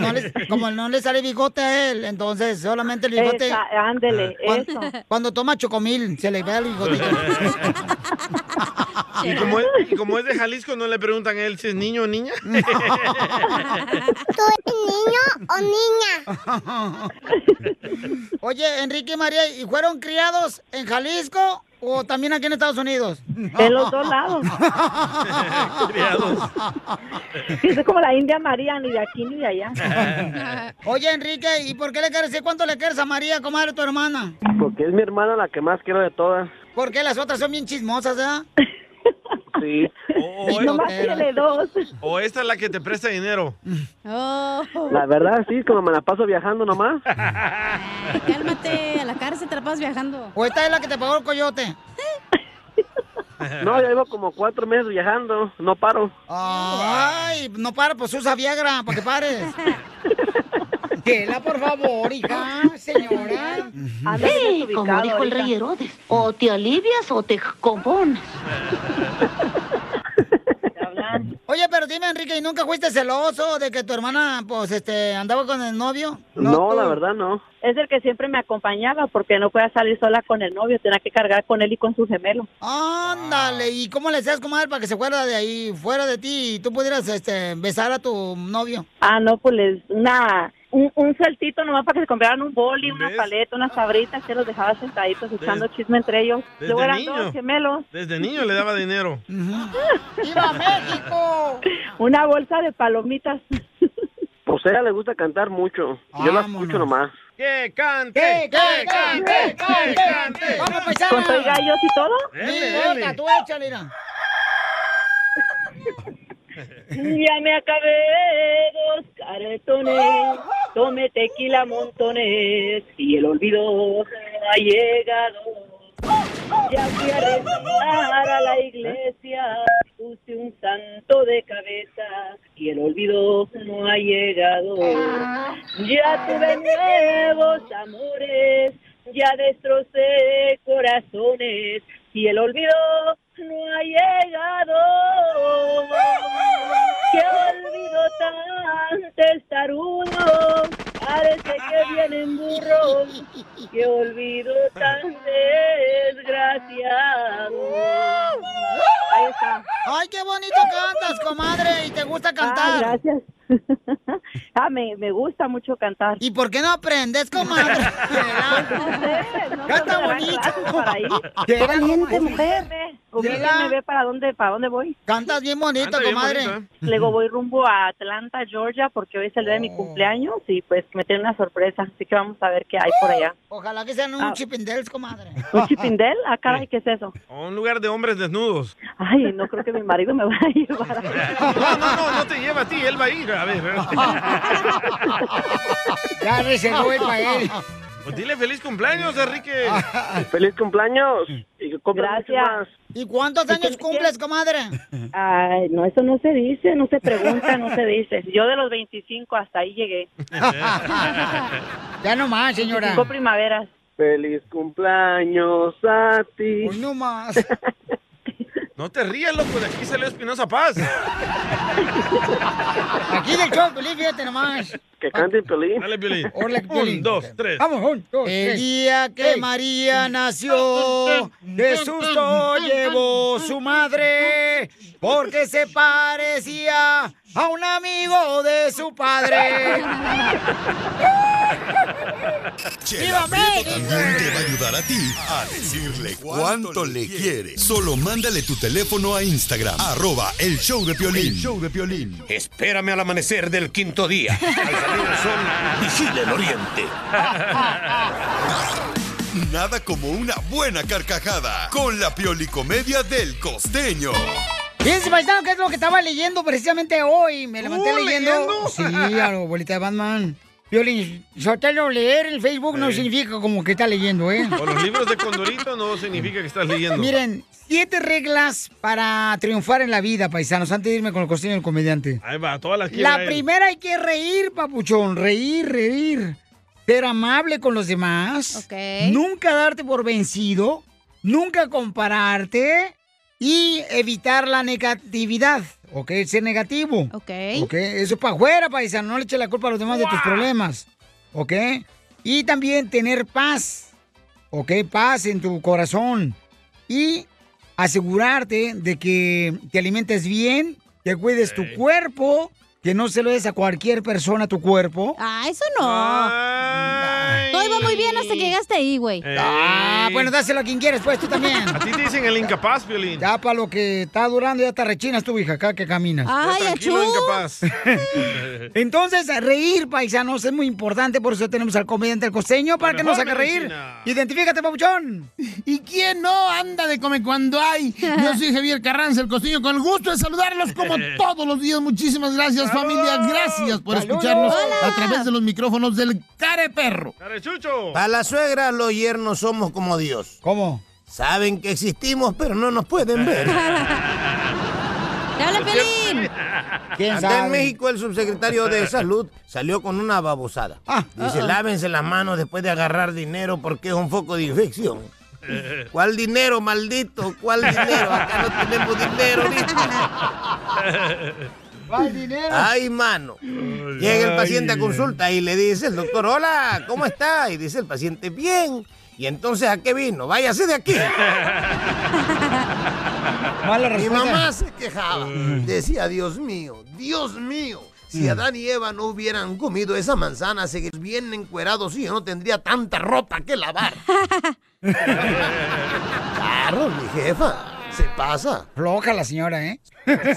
[SPEAKER 2] No le- como no le sale bigote a él, entonces solamente el bigote.
[SPEAKER 25] Esa- ándele,
[SPEAKER 2] Cuan-
[SPEAKER 25] eso.
[SPEAKER 2] cuando, toma chocomil, se le ve el bigote.
[SPEAKER 3] Y como, es, y como es de Jalisco, no le preguntan a él si es niño o niña.
[SPEAKER 2] ¿Tú eres niño o niña? Oye, Enrique y María, ¿y fueron criados en Jalisco o también aquí en Estados Unidos?
[SPEAKER 25] De los dos lados. Es como la India María, ni de aquí ni de allá.
[SPEAKER 2] Oye, Enrique, ¿y por qué le quieres decir cuánto le quieres a María, comadre, tu hermana?
[SPEAKER 24] Porque es mi hermana la que más quiero de todas.
[SPEAKER 2] Porque las otras son bien chismosas, ¿verdad?
[SPEAKER 24] Sí.
[SPEAKER 25] Oh,
[SPEAKER 3] O,
[SPEAKER 2] Nomás tiene
[SPEAKER 25] dos.
[SPEAKER 3] o esta es la que te presta dinero.
[SPEAKER 24] La verdad, sí, como me la paso viajando nomás.
[SPEAKER 4] Ay, cálmate, a la cárcel te la pasas viajando.
[SPEAKER 2] ¿O esta es la que te pagó el coyote?
[SPEAKER 24] No, ya llevo como cuatro meses viajando, no paro.
[SPEAKER 2] Ay, no para, pues usa Viagra para que pares. Tela, por favor, hija, Ah, señora.
[SPEAKER 12] Sí, como dijo el rey Herodes, o te alivias o te compones.
[SPEAKER 2] Oye, pero dime, Enrique, ¿y nunca fuiste celoso de que tu hermana, pues, este, andaba con el novio?
[SPEAKER 24] No, la verdad no.
[SPEAKER 25] Es el que siempre me acompañaba porque no podía salir sola con el novio, tenía que cargar con él y con su gemelo.
[SPEAKER 2] Ándale, ¿y cómo le hacías, comadre, para que se fuera de ahí, fuera de ti, y tú pudieras, este, besar a tu novio?
[SPEAKER 25] Ah, no, pues les, una, un, un sueltito nomás para que se compraran un boli, una paleta, unas sabritas, que los dejaba sentaditos echando chisme entre ellos.
[SPEAKER 3] desde
[SPEAKER 25] Luego eran
[SPEAKER 3] niño.
[SPEAKER 25] dos gemelos.
[SPEAKER 3] Desde niño le daba dinero.
[SPEAKER 2] ¡Viva México!
[SPEAKER 25] Una bolsa de palomitas.
[SPEAKER 24] Pues a ella le gusta cantar mucho. Yo la escucho nomás.
[SPEAKER 3] ¡Que
[SPEAKER 2] ¡Que
[SPEAKER 3] cante!
[SPEAKER 2] ¡Eh, cante, que cante! ¡Vamos, paisana!
[SPEAKER 25] ¿Con soy gallos y todo?
[SPEAKER 2] Mi boca, Ah. tú échale, mira.
[SPEAKER 25] Ya me acabé dos cartones, tomé tequila montones y el olvido ha llegado. Ya fui a rezar a la iglesia, puse un santo de cabeza y el olvido no ha llegado. Ah, Ya tuve nuevos amores, ya destrocé corazones y el olvido no ha llegado. Qué olvido tan testarudo, parece que vienen burros. Qué olvido tan desgraciado. Ahí está.
[SPEAKER 2] ¡Ay, qué bonito cantas, comadre! Y te gusta
[SPEAKER 25] Ah,
[SPEAKER 2] cantar.
[SPEAKER 25] gracias. ah, me, me gusta mucho cantar.
[SPEAKER 2] ¿Y por qué no aprendes, comadre?
[SPEAKER 25] Canta
[SPEAKER 2] bonito.
[SPEAKER 25] Valiente
[SPEAKER 2] mujer.
[SPEAKER 25] me ve para dónde, para dónde voy.
[SPEAKER 2] Cantas bien bonito, Canta bien comadre. bonito, ¿eh?
[SPEAKER 25] Luego voy rumbo a Atlanta, Georgia, porque hoy es el día de
[SPEAKER 2] Oh.
[SPEAKER 25] mi cumpleaños y pues me tiene una sorpresa. Así que vamos a ver qué hay por allá.
[SPEAKER 2] Oh, Ojalá que sean un
[SPEAKER 25] Ah.
[SPEAKER 2] chipindels, comadre.
[SPEAKER 25] ¿Un chipindel? Ah, caray, ¿qué es eso?
[SPEAKER 3] O un lugar de hombres desnudos.
[SPEAKER 25] Ay, no creo que mi marido me vaya a llevar.
[SPEAKER 3] No, no, no, no te lleva a ti, él va a ir. A ver.
[SPEAKER 2] Ya reservó el para él.
[SPEAKER 3] Pues dile feliz cumpleaños, Enrique.
[SPEAKER 24] ¡Feliz cumpleaños! Y que compres mucho más.
[SPEAKER 2] ¿Y cuántos años cumples, comadre?
[SPEAKER 25] Ay, no, eso no se dice, no se pregunta, no se dice. Yo de los 25 hasta ahí llegué.
[SPEAKER 2] Ya no más, señora.
[SPEAKER 25] 25 primaveras.
[SPEAKER 24] ¡Feliz cumpleaños a ti!
[SPEAKER 2] Hoy no más.
[SPEAKER 3] No te rías, loco, de aquí salió Espinosa Paz.
[SPEAKER 2] Aquí del show, Piolín, fíjate nomás.
[SPEAKER 24] Que cante Pelín.
[SPEAKER 3] Dale, Piolín.
[SPEAKER 2] Órale, Piolín.
[SPEAKER 3] Un, dos, tres.
[SPEAKER 2] Vamos, un, dos, Pues, Mm. El
[SPEAKER 3] tres.
[SPEAKER 2] día que María nació, de susto llevó su madre, porque se parecía a un amigo de su padre.
[SPEAKER 5] Chela Prieto también te va a ayudar a ti a decirle cuánto le quiere. Solo mándale tu teléfono a Instagram, arroba el show de Piolín.
[SPEAKER 13] El
[SPEAKER 5] show de Piolín.
[SPEAKER 13] Espérame al amanecer del quinto día. Al salir el sol, vigila el oriente.
[SPEAKER 5] Nada como una buena carcajada con la piolicomedia del costeño.
[SPEAKER 2] Fíjense, paisano, que es lo que estaba leyendo precisamente hoy. Me levanté
[SPEAKER 20] ¿Tú
[SPEAKER 2] leyendo.
[SPEAKER 20] leyendo?
[SPEAKER 2] Sí, a la bolita de Batman. Violín, Sotelo, leer en Facebook no significa como que Eh. está leyendo, ¿eh?
[SPEAKER 3] O los libros de Condorito no significa que estás leyendo.
[SPEAKER 2] Miren, siete reglas para triunfar en la vida, paisanos. Antes de irme con el costeño del comediante.
[SPEAKER 3] Ahí va, todas las quiebra
[SPEAKER 2] La
[SPEAKER 3] él.
[SPEAKER 2] primera hay que reír, papuchón. Reír, reír. Ser amable con los demás. Nunca darte por vencido. Nunca compararte. Y evitar la negatividad. ¿Ok? Ser negativo.
[SPEAKER 4] Ok.
[SPEAKER 2] ¿Ok? Eso es para afuera, paisano. No le eches la culpa a los demás de tus problemas. ¿Ok? Y también tener paz. ¿Ok? Paz en tu corazón. Y asegurarte de que te alimentes bien, que cuides tu cuerpo, que no se lo des a cualquier persona tu cuerpo.
[SPEAKER 4] Ah, eso no. Todo iba muy bien hasta que llegaste ahí, güey.
[SPEAKER 2] Ah, bueno, dáselo a quien quieres, pues tú también. A ti te dicen el incapaz, Violín. Ya para lo que está durando, ya te rechinas tú, hija, acá que caminas.
[SPEAKER 4] Ay, Ya, tranquilo, achú.
[SPEAKER 2] incapaz. Entonces, reír, paisanos, es muy importante, por eso tenemos al comediante El Costeño para
[SPEAKER 8] La
[SPEAKER 2] que nos
[SPEAKER 8] mejor
[SPEAKER 2] haga reír.
[SPEAKER 8] medicina.
[SPEAKER 2] Identifícate, papuchón.
[SPEAKER 8] ¿Y quién no anda de come cuando hay? Yo soy Javier Carranza, el costeño, con el gusto de saludarlos como todos los días. Muchísimas gracias, familia. Gracias por
[SPEAKER 13] ¡Saludos!
[SPEAKER 8] escucharnos
[SPEAKER 13] ¡Hola!
[SPEAKER 8] a través de los micrófonos del Care Perro.
[SPEAKER 13] A la suegra los yernos somos como Dios.
[SPEAKER 2] ¿Cómo?
[SPEAKER 13] Saben que existimos, pero no nos pueden ver. Pues,
[SPEAKER 4] habla Pelín!
[SPEAKER 2] ¿Quién
[SPEAKER 13] Acá
[SPEAKER 2] sabe?
[SPEAKER 13] en México el subsecretario de Salud salió con una babosada. Dice,
[SPEAKER 2] ah, ah.
[SPEAKER 13] lávense las manos después de agarrar dinero porque es un foco de infección. ¿Cuál dinero, maldito? ¿Cuál dinero? Acá no tenemos dinero ahorita.
[SPEAKER 2] ¿Cuál dinero?
[SPEAKER 13] Ay, mano. Llega el paciente a consulta y le dice el doctor, hola, ¿cómo está? Y dice el paciente, bien. Y entonces, ¿a qué vino? Váyase de aquí. Mi
[SPEAKER 8] respuesta.
[SPEAKER 13] mamá se quejaba. Decía, Dios mío, Dios mío. Si
[SPEAKER 8] Mm.
[SPEAKER 13] Adán y Eva no hubieran comido esa manzana, seguirían bien encuerados y yo no tendría tanta ropa que lavar. claro, mi jefa, se pasa.
[SPEAKER 2] Floja la señora, ¿eh?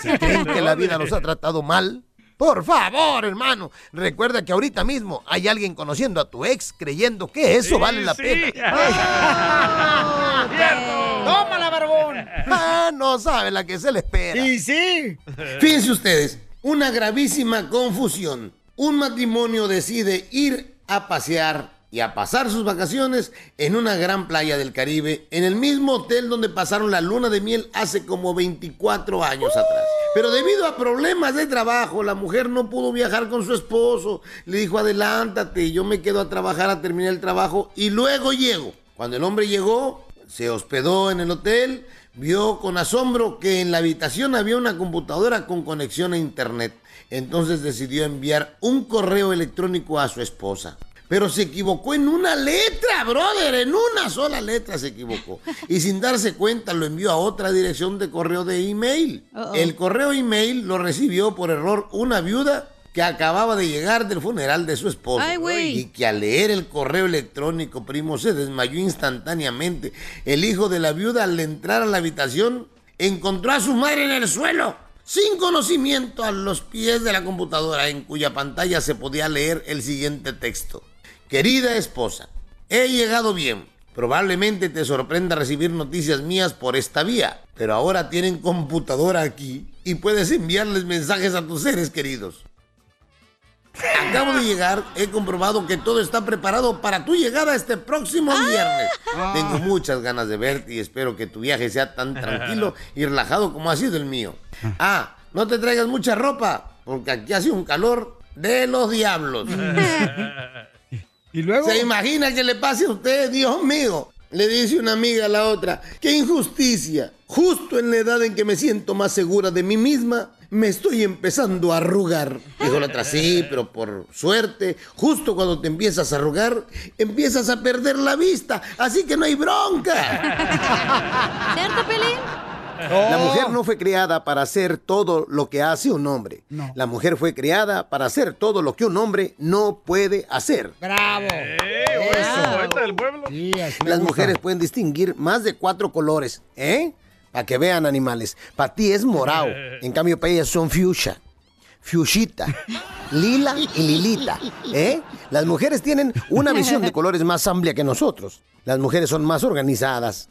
[SPEAKER 13] Si creen que la vida los ha tratado mal, por favor, hermano, recuerda que ahorita mismo hay alguien conociendo a tu ex creyendo que eso
[SPEAKER 8] Sí,
[SPEAKER 13] vale la
[SPEAKER 8] sí. Ah,
[SPEAKER 13] pena.
[SPEAKER 2] ¡Tómala, barbón!
[SPEAKER 13] Ah, no sabe la que se le espera.
[SPEAKER 2] Sí, sí.
[SPEAKER 13] Fíjense ustedes, una gravísima confusión. Un matrimonio decide ir a pasear y a pasar sus vacaciones en una gran playa del Caribe, en el mismo hotel donde pasaron la luna de miel hace como 24 años atrás. Pero debido a problemas de trabajo, la mujer no pudo viajar con su esposo. Le dijo, adelántate, yo me quedo a trabajar a terminar el trabajo y luego llego. Cuando el hombre llegó, se hospedó en el hotel, vio con asombro que en la habitación había una computadora con conexión a internet. Entonces decidió enviar un correo electrónico a su esposa. Pero se equivocó en una letra, brother, en una sola letra se equivocó. Y sin darse cuenta lo envió a otra dirección de correo de email.
[SPEAKER 8] Uh-oh.
[SPEAKER 13] El correo email lo recibió por error una viuda que acababa de llegar del funeral de su esposo.
[SPEAKER 8] Ay, güey.
[SPEAKER 13] Y que al leer el correo electrónico, primo, se desmayó instantáneamente. El hijo de la viuda, al entrar a la habitación, encontró a su madre en el suelo, sin conocimiento, a los pies de la computadora, en cuya pantalla se podía leer el siguiente texto. Querida esposa, he llegado bien. Probablemente te sorprenda recibir noticias mías por esta vía, pero ahora tienen computadora aquí y puedes enviarles mensajes a tus seres queridos. Acabo de llegar, he comprobado que todo está preparado para tu llegada este próximo viernes. Tengo muchas ganas de verte y espero que tu viaje sea tan tranquilo y relajado como ha sido el mío. Ah, no te traigas mucha ropa, porque aquí hace un calor de los diablos.
[SPEAKER 2] ¿Y luego?
[SPEAKER 13] ¿Se imagina que le pase a usted, Dios mío? Le dice una amiga a la otra, qué injusticia. Justo en la edad en que me siento más segura de mí misma, me estoy empezando a arrugar. Dijo la otra, sí, pero por suerte, justo cuando te empiezas a arrugar, empiezas a perder la vista, así que no hay bronca.
[SPEAKER 4] ¿Cierto, Pelín?
[SPEAKER 13] La mujer no fue creada para hacer todo lo que hace un hombre.
[SPEAKER 20] No.
[SPEAKER 13] La mujer fue creada para hacer todo lo que un hombre no puede hacer.
[SPEAKER 20] ¡Bravo!
[SPEAKER 8] Eh, pues.
[SPEAKER 3] Eso, poeta del pueblo.
[SPEAKER 13] Las mujeres pueden distinguir más de cuatro colores, ¿eh? Para que vean animales. Para ti es morado. En cambio, para ellas son fuchsia, fuchita, lila y lilita, ¿eh? Las mujeres tienen una visión de colores más amplia que nosotros. Las mujeres son más organizadas.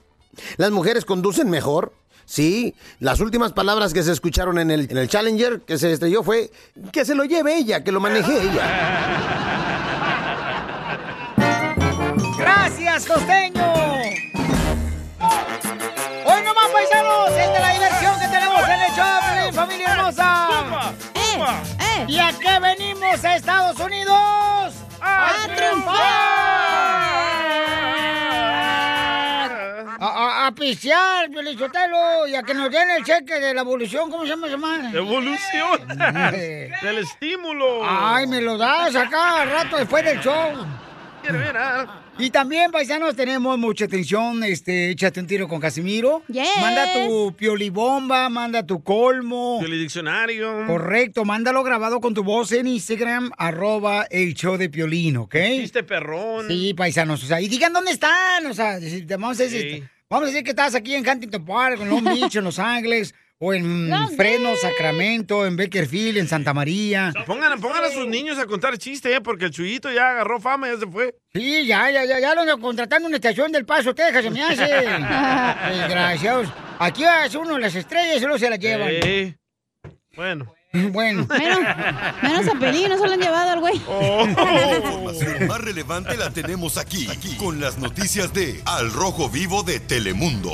[SPEAKER 13] Las mujeres conducen mejor. Sí, las últimas palabras que se escucharon en el, en el Challenger que se estrelló fue que se lo lleve ella, que lo maneje ella.
[SPEAKER 2] ¡Gracias, costeño! ¡Hoy nomás, paisanos! ¡Esta es la diversión que tenemos en el show, Piolín, familia hermosa! Eh, ¿Y a qué venimos a Estados Unidos? ¡A, triunfar!
[SPEAKER 8] Ah,
[SPEAKER 2] A, a, a pistear, Piolín Sotelo, y a que nos den el cheque de la evolución, ¿cómo se llama esa madre?
[SPEAKER 3] Evolución del estímulo.
[SPEAKER 2] Ay, me lo das acá al rato después del show. Y también, paisanos, tenemos mucha atención. Este, échate un tiro con Casimiro. Manda tu piolibomba, manda tu colmo.
[SPEAKER 3] El diccionario.
[SPEAKER 2] Correcto, mándalo grabado con tu voz en Instagram, arroba el show de Piolín, ¿ok?
[SPEAKER 3] Este perrón.
[SPEAKER 2] Sí, paisanos, o sea, y digan dónde están, o sea, si te- vamos a decir,
[SPEAKER 3] Sí.
[SPEAKER 2] vamos a decir que estás aquí en Huntington Park, en Long Beach, en Los Ángeles, o en
[SPEAKER 3] Long
[SPEAKER 2] Fresno, Sacramento, en Bakerfield, en Santa María.
[SPEAKER 3] Pues Pongan, pongan a sus niños a contar chistes, eh, porque el chuyito ya agarró fama, ya se fue.
[SPEAKER 2] Sí, ya, ya, ya, ya lo contratando en una estación del Paso, Texas, se me hace. Desgraciados. Aquí hace uno las estrellas y luego se las llevan.
[SPEAKER 3] Sí. Bueno.
[SPEAKER 2] Bueno.
[SPEAKER 4] Menos a Pelín, no se lo han llevado al güey.
[SPEAKER 5] La información más relevante la tenemos aquí, aquí, con las noticias de Al Rojo Vivo de Telemundo.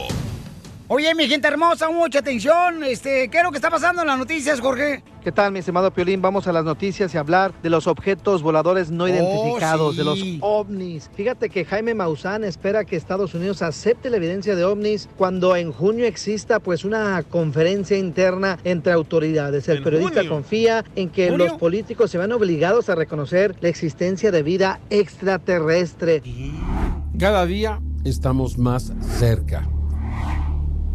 [SPEAKER 2] Oye, mi gente hermosa, mucha atención. Este, ¿qué es lo que está pasando en las noticias, Jorge?
[SPEAKER 6] ¿Qué tal, mi estimado Piolín? Vamos a las noticias y hablar de los objetos voladores no identificados, de los
[SPEAKER 2] sí.
[SPEAKER 6] ovnis. Fíjate que Jaime Maussan espera que Estados Unidos acepte la evidencia de ovnis cuando en junio exista pues una conferencia interna entre autoridades. El periodista
[SPEAKER 26] junio?
[SPEAKER 6] confía en que
[SPEAKER 26] ¿Junio?
[SPEAKER 6] los políticos se van obligados a reconocer la existencia de vida extraterrestre.
[SPEAKER 27] Cada día estamos más cerca.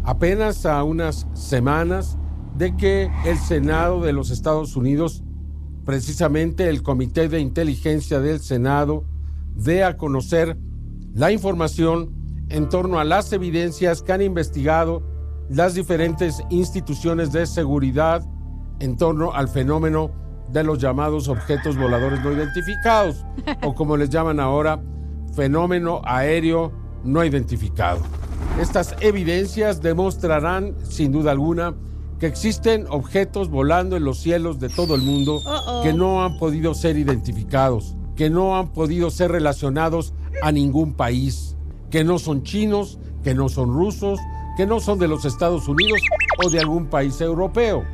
[SPEAKER 27] Apenas a unas semanas de que el Senado de los Estados Unidos, precisamente el Comité de Inteligencia del Senado, dé a conocer la información en torno a las evidencias que han investigado las diferentes instituciones de seguridad en torno al fenómeno de los llamados objetos voladores no identificados, o como les llaman ahora, fenómeno aéreo no identificado. Estas evidencias demostrarán, sin duda alguna, que existen objetos volando en los cielos de todo el mundo
[SPEAKER 15] Uh-oh.
[SPEAKER 27] que no han podido ser identificados, que no han podido ser relacionados a ningún país, que no son chinos, que no son rusos, que no son de los Estados Unidos o de algún país europeo.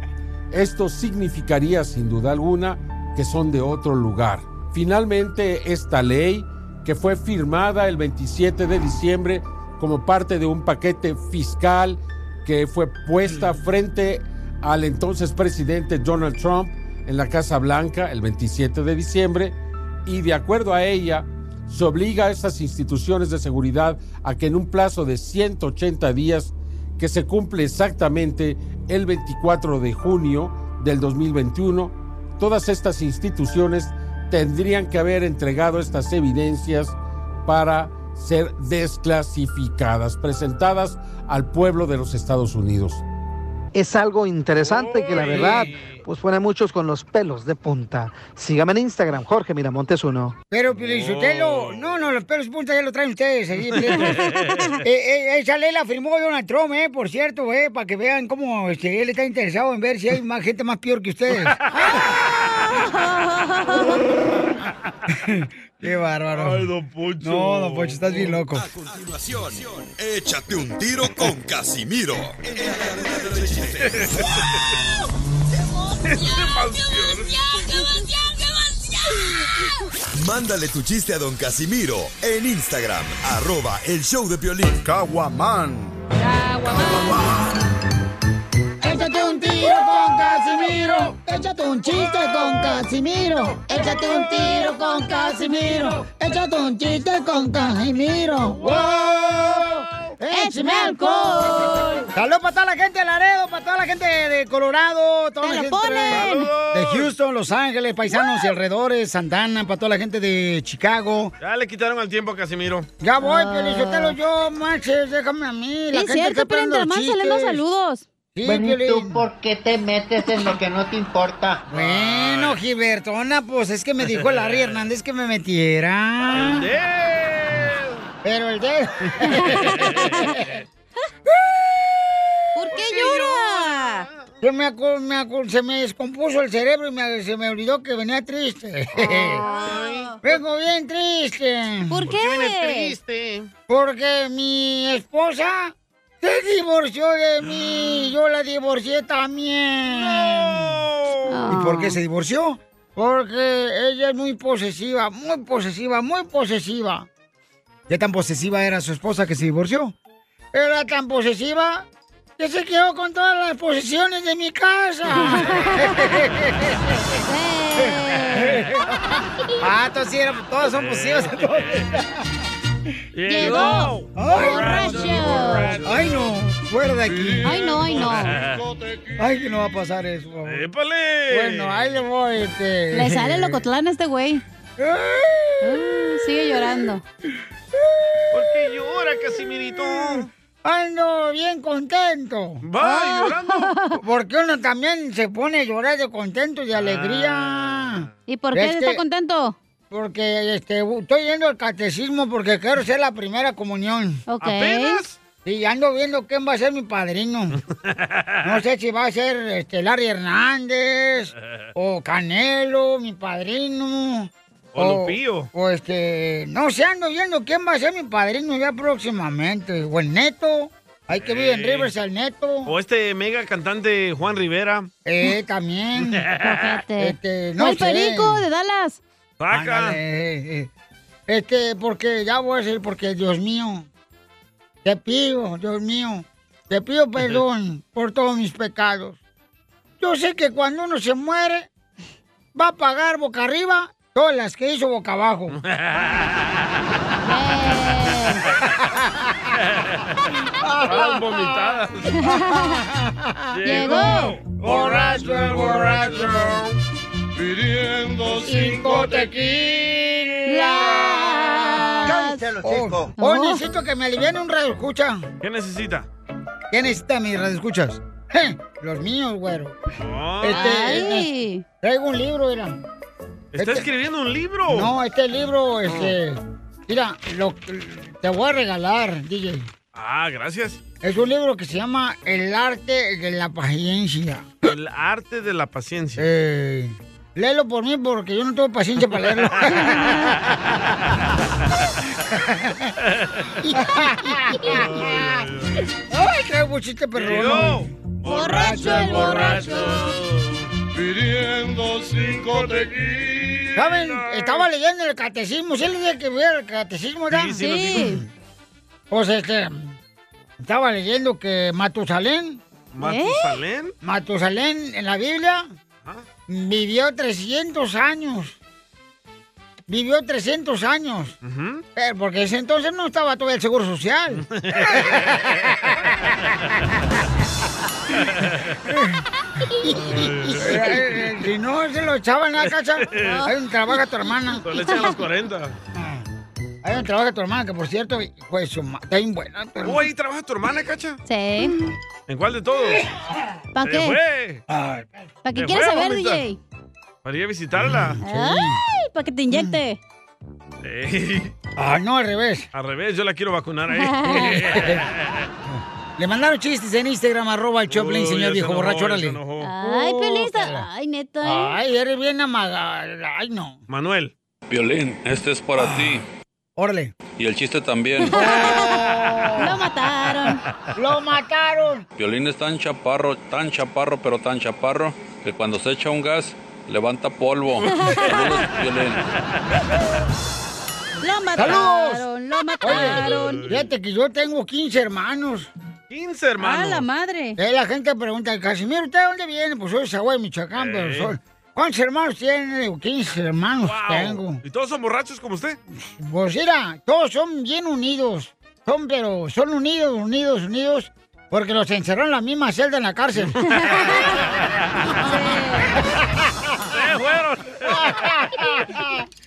[SPEAKER 27] Esto significaría, sin duda alguna, que son de otro lugar. Finalmente, esta ley, que fue firmada el 27 de diciembre como parte de un paquete fiscal que fue puesta frente al entonces presidente Donald Trump en la Casa Blanca el 27 de diciembre, y de acuerdo a ella, se obliga a estas instituciones de seguridad a que en un plazo de 180 días que se cumple exactamente el 24 de junio del 2021, todas estas instituciones tendrían que haber entregado estas evidencias para ser desclasificadas, presentadas al pueblo de los Estados Unidos.
[SPEAKER 6] Es algo interesante que la verdad pues pone a muchos con los pelos de punta. Sígame en Instagram, Jorge Miramontes 1.
[SPEAKER 2] Pero, pues, Pilichotelo, no, no, los pelos punta ya lo traen ustedes. ahí, eh, eh, esa ley la firmó Donald Trump, eh, por cierto, eh, para que vean cómo este, él está interesado en ver si hay más gente más peor que ustedes. Qué bárbaro. Ay,
[SPEAKER 3] don Pocho.
[SPEAKER 2] No, don Pocho, estás bien loco.
[SPEAKER 5] A continuación, échate un tiro con Casimiro. Mándale tu chiste a don Casimiro en Instagram, arroba el show de violín. Caguaman.
[SPEAKER 8] Échate un tiro con Casimiro. Échate un chiste con Casimiro. Échate un tiro con Casimiro. Échate un chiste con Casimiro. ¡Wow!
[SPEAKER 2] ¡Échame alcohol! Saludos para toda la gente de Laredo, para toda la gente de Colorado, toda la gente de- de Houston, Los Ángeles, paisanos y alrededores, Santana, para toda la gente de Chicago.
[SPEAKER 3] Ya le quitaron el tiempo a Casimiro.
[SPEAKER 2] Ya
[SPEAKER 8] Ah.
[SPEAKER 2] voy, Pielichotelo, yo, manches, déjame a mí. La
[SPEAKER 3] Es
[SPEAKER 2] gente
[SPEAKER 3] cierto,
[SPEAKER 2] está
[SPEAKER 3] pero
[SPEAKER 2] esperando
[SPEAKER 3] entre más se leen los
[SPEAKER 2] chistes.
[SPEAKER 4] saludos.
[SPEAKER 2] Sí,
[SPEAKER 8] Bueno, ¿y tú
[SPEAKER 2] Piolín.
[SPEAKER 8] por qué te metes en lo que no te importa?
[SPEAKER 2] Bueno, Gilbertona, pues es que me dijo Larry Hernández que me metiera.
[SPEAKER 8] El
[SPEAKER 2] Pero el dedo.
[SPEAKER 4] ¿Por qué llora?
[SPEAKER 2] Se me, acu- me acu- se me descompuso el cerebro y me- se me olvidó que venía triste.
[SPEAKER 3] Ah.
[SPEAKER 2] Vengo bien triste.
[SPEAKER 4] ¿Por qué? vienes triste?
[SPEAKER 2] Porque mi esposa se divorció de mí. Yo la divorcié también. ¿Y por qué se divorció? Porque ella es muy posesiva, muy posesiva, muy posesiva. ¿Qué tan posesiva era su esposa que se divorció? Era tan posesiva que se quedó con todas las posesiones de mi casa. ah, entonces sí era- todos son posesivos.
[SPEAKER 3] Eh.
[SPEAKER 8] Llegó borracho.
[SPEAKER 2] Ay, no, fuera de aquí.
[SPEAKER 8] Ay, no, ay, no.
[SPEAKER 2] Ay, que no va a pasar eso, por favor. Bueno, ahí le voy, este.
[SPEAKER 4] Le sale locotlán a este güey. Ah, Sigue llorando.
[SPEAKER 3] ¿Qué llora, Casimirito?
[SPEAKER 2] Ando bien contento.
[SPEAKER 3] Va, ¿y
[SPEAKER 2] llorando. Porque uno también se pone a llorar de contento y de alegría.
[SPEAKER 4] ¿Y por qué está contento?
[SPEAKER 2] Porque este, estoy yendo al catecismo porque quiero ser la primera comunión.
[SPEAKER 4] Ok. ¿Apenas?
[SPEAKER 2] Y ando viendo quién va a ser mi padrino. No sé si va a ser este, Larry Hernández o Canelo, mi padrino.
[SPEAKER 3] O Lupillo.
[SPEAKER 2] O este, no sé, ando viendo quién va a ser mi padrino ya próximamente. O el Neto. Hay que vivir en
[SPEAKER 3] Ey.
[SPEAKER 2] Rivers al Neto.
[SPEAKER 3] O este mega cantante Juan Rivera.
[SPEAKER 2] Eh, también. Este, no
[SPEAKER 4] O el
[SPEAKER 2] sé.
[SPEAKER 4] perico de Dallas.
[SPEAKER 3] Saca.
[SPEAKER 2] Ándale, eh, eh. Este, porque ya voy a decir, porque Dios mío, te pido, Dios mío, te pido perdón por todos mis pecados. Yo sé que cuando uno se muere, va a pagar boca arriba todas las que hizo boca abajo.
[SPEAKER 3] Todas vomitadas.
[SPEAKER 8] Llegó
[SPEAKER 2] borracho el borracho
[SPEAKER 8] pidiendo
[SPEAKER 2] cinco tequilas.
[SPEAKER 8] Cállate el hocico.
[SPEAKER 2] Oh, oh,
[SPEAKER 8] No.
[SPEAKER 2] necesito que me aliviane un radio escucha.
[SPEAKER 3] ¿Qué necesita?
[SPEAKER 2] ¿Qué necesita mi radio escuchas? Los míos, güero.
[SPEAKER 3] Ah.
[SPEAKER 2] Este,
[SPEAKER 4] Ay.
[SPEAKER 2] traigo un libro, mira.
[SPEAKER 3] ¿Está escribiendo un libro? Ah.
[SPEAKER 2] No, este libro, este. Mira, lo, te voy a regalar, DJ.
[SPEAKER 3] Ah, gracias.
[SPEAKER 2] Es un libro que se llama El arte de la paciencia.
[SPEAKER 3] El arte de la paciencia.
[SPEAKER 2] Eh. Léelo por mí porque yo no tengo paciencia para leerlo. Ay, qué buchiste perro.
[SPEAKER 8] Borracho el borracho. Pidiendo cinco
[SPEAKER 2] ¿Saben? Estaba leyendo el catecismo. ¿Sí le dije que viera el catecismo, ¿verdad?
[SPEAKER 8] Sí, sí, lo Sí. dijo.
[SPEAKER 2] Pues este. Estaba leyendo que Matusalén. ¿Eh?
[SPEAKER 3] ¿Matusalén?
[SPEAKER 2] Matusalén en la Biblia. Vivió 300 años. Vivió 300 años. Pero porque ese entonces no estaba todavía el seguro social. Eh, eh, si no, se lo echaban a la casa. Ahí donde trabaja tu hermana.
[SPEAKER 3] Le echan los 40.
[SPEAKER 2] Ahí donde trabaja tu hermana, que por cierto, pues su ma- está bien buena. tu hermana.
[SPEAKER 3] Oh, ahí trabaja tu hermana, Cacha.
[SPEAKER 4] Sí.
[SPEAKER 3] ¿En cuál de todos?
[SPEAKER 4] ¿Pa
[SPEAKER 3] Se
[SPEAKER 4] qué?
[SPEAKER 3] fue.
[SPEAKER 4] ¿Para qué
[SPEAKER 3] Se
[SPEAKER 4] quieres
[SPEAKER 3] fue,
[SPEAKER 4] saber,
[SPEAKER 3] mamita.
[SPEAKER 4] DJ?
[SPEAKER 3] Para ir a visitarla.
[SPEAKER 4] Ay, para que te inyecte.
[SPEAKER 2] Ah, no, al revés.
[SPEAKER 3] Al revés, yo la quiero vacunar
[SPEAKER 8] Eh,
[SPEAKER 3] ahí.
[SPEAKER 2] Le mandaron chistes en Instagram, arroba el Choplin,
[SPEAKER 3] Uy, ya
[SPEAKER 2] señor
[SPEAKER 3] se
[SPEAKER 2] viejo
[SPEAKER 3] enojó,
[SPEAKER 2] borracho,
[SPEAKER 3] ya
[SPEAKER 2] órale.
[SPEAKER 3] se enojó.
[SPEAKER 4] Ay,
[SPEAKER 2] Oh,
[SPEAKER 4] pelista. Ay, neta. ¿eh?
[SPEAKER 2] Ay, eres bien amagada. Ay, no.
[SPEAKER 3] Manuel.
[SPEAKER 7] Violín, este es para ti.
[SPEAKER 2] Órale.
[SPEAKER 7] Y el chiste también.
[SPEAKER 2] Lo mataron. Lo mataron.
[SPEAKER 7] Violín es tan chaparro, tan chaparro, pero tan chaparro, que cuando se echa un gas, levanta polvo. Saludos, Piolín.
[SPEAKER 4] Lo
[SPEAKER 2] ¡Saludos!
[SPEAKER 4] mataron, lo mataron.
[SPEAKER 2] Oye, fíjate que yo tengo 15 hermanos.
[SPEAKER 3] 15 hermanos.
[SPEAKER 2] ¡Ah, la madre! la gente pregunta, Casimiro, ¿usted de dónde viene? Pues soy de Sahuay, Michoacán, pero
[SPEAKER 3] Ey.
[SPEAKER 2] soy... ¿Cuántos hermanos tiene? Digo, 15 hermanos
[SPEAKER 3] Eh. Wow.
[SPEAKER 2] tengo.
[SPEAKER 3] ¿Y todos son borrachos como usted?
[SPEAKER 2] Pues mira, todos son bien unidos. son, pero son unidos, unidos, unidos, porque los encerró en la misma celda en la cárcel.
[SPEAKER 8] ¡Se fueron!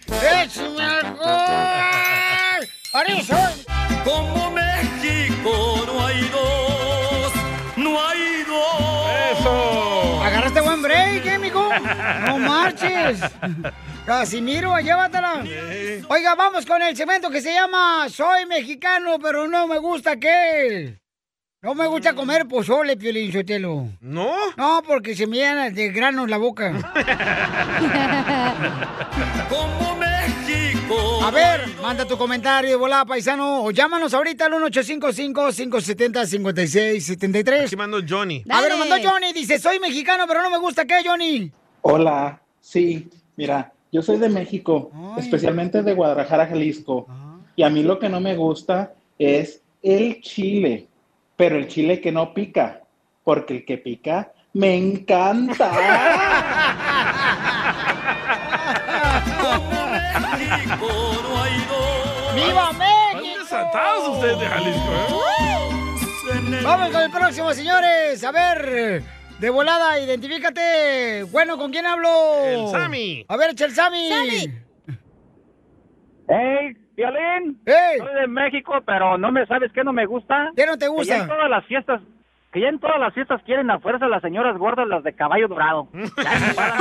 [SPEAKER 2] ¡Échame alcohol! ¡Arizo!
[SPEAKER 8] Como México no hay dos, no hay dos. ¡Eso!
[SPEAKER 2] ¿Agarraste buen break, eh, mijo? ¡No marches! Casimiro, llévatela. Oiga, vamos con el segmento que se llama Soy mexicano, pero no me gusta aquel. No me gusta comer pozole, Piolín Sotelo. Mm. ¿No? No, porque se me llena de granos la boca.
[SPEAKER 8] Como México.
[SPEAKER 2] A ver, manda tu comentario de volada, paisano, o llámanos ahorita al 1855-570-5673. Aquí
[SPEAKER 3] mandó Johnny.
[SPEAKER 2] A ver, mandó Johnny, dice, soy mexicano, pero no me gusta qué, Johnny.
[SPEAKER 6] Hola, sí, mira, yo soy de México, especialmente de Guadalajara, Jalisco, y a mí lo que no me gusta es el chile, pero el chile que no pica, porque el que pica me encanta.
[SPEAKER 2] ¡Viva México!
[SPEAKER 3] Desatados ustedes de Jalisco,
[SPEAKER 2] Vamos con el próximo, señores. A ver, de volada, identifícate. Bueno, ¿con quién hablo?
[SPEAKER 3] El Sammy.
[SPEAKER 2] A ver, echa el Sammy.
[SPEAKER 17] ¡Ey, Violín! Soy de México, pero no me sabes qué no me gusta.
[SPEAKER 2] ¿Qué no te
[SPEAKER 17] Que ya
[SPEAKER 2] gusta?
[SPEAKER 17] en todas las fiestas, que ya en todas las fiestas quieren a fuerza las señoras gordas, las de caballo dorado. Ya no paran.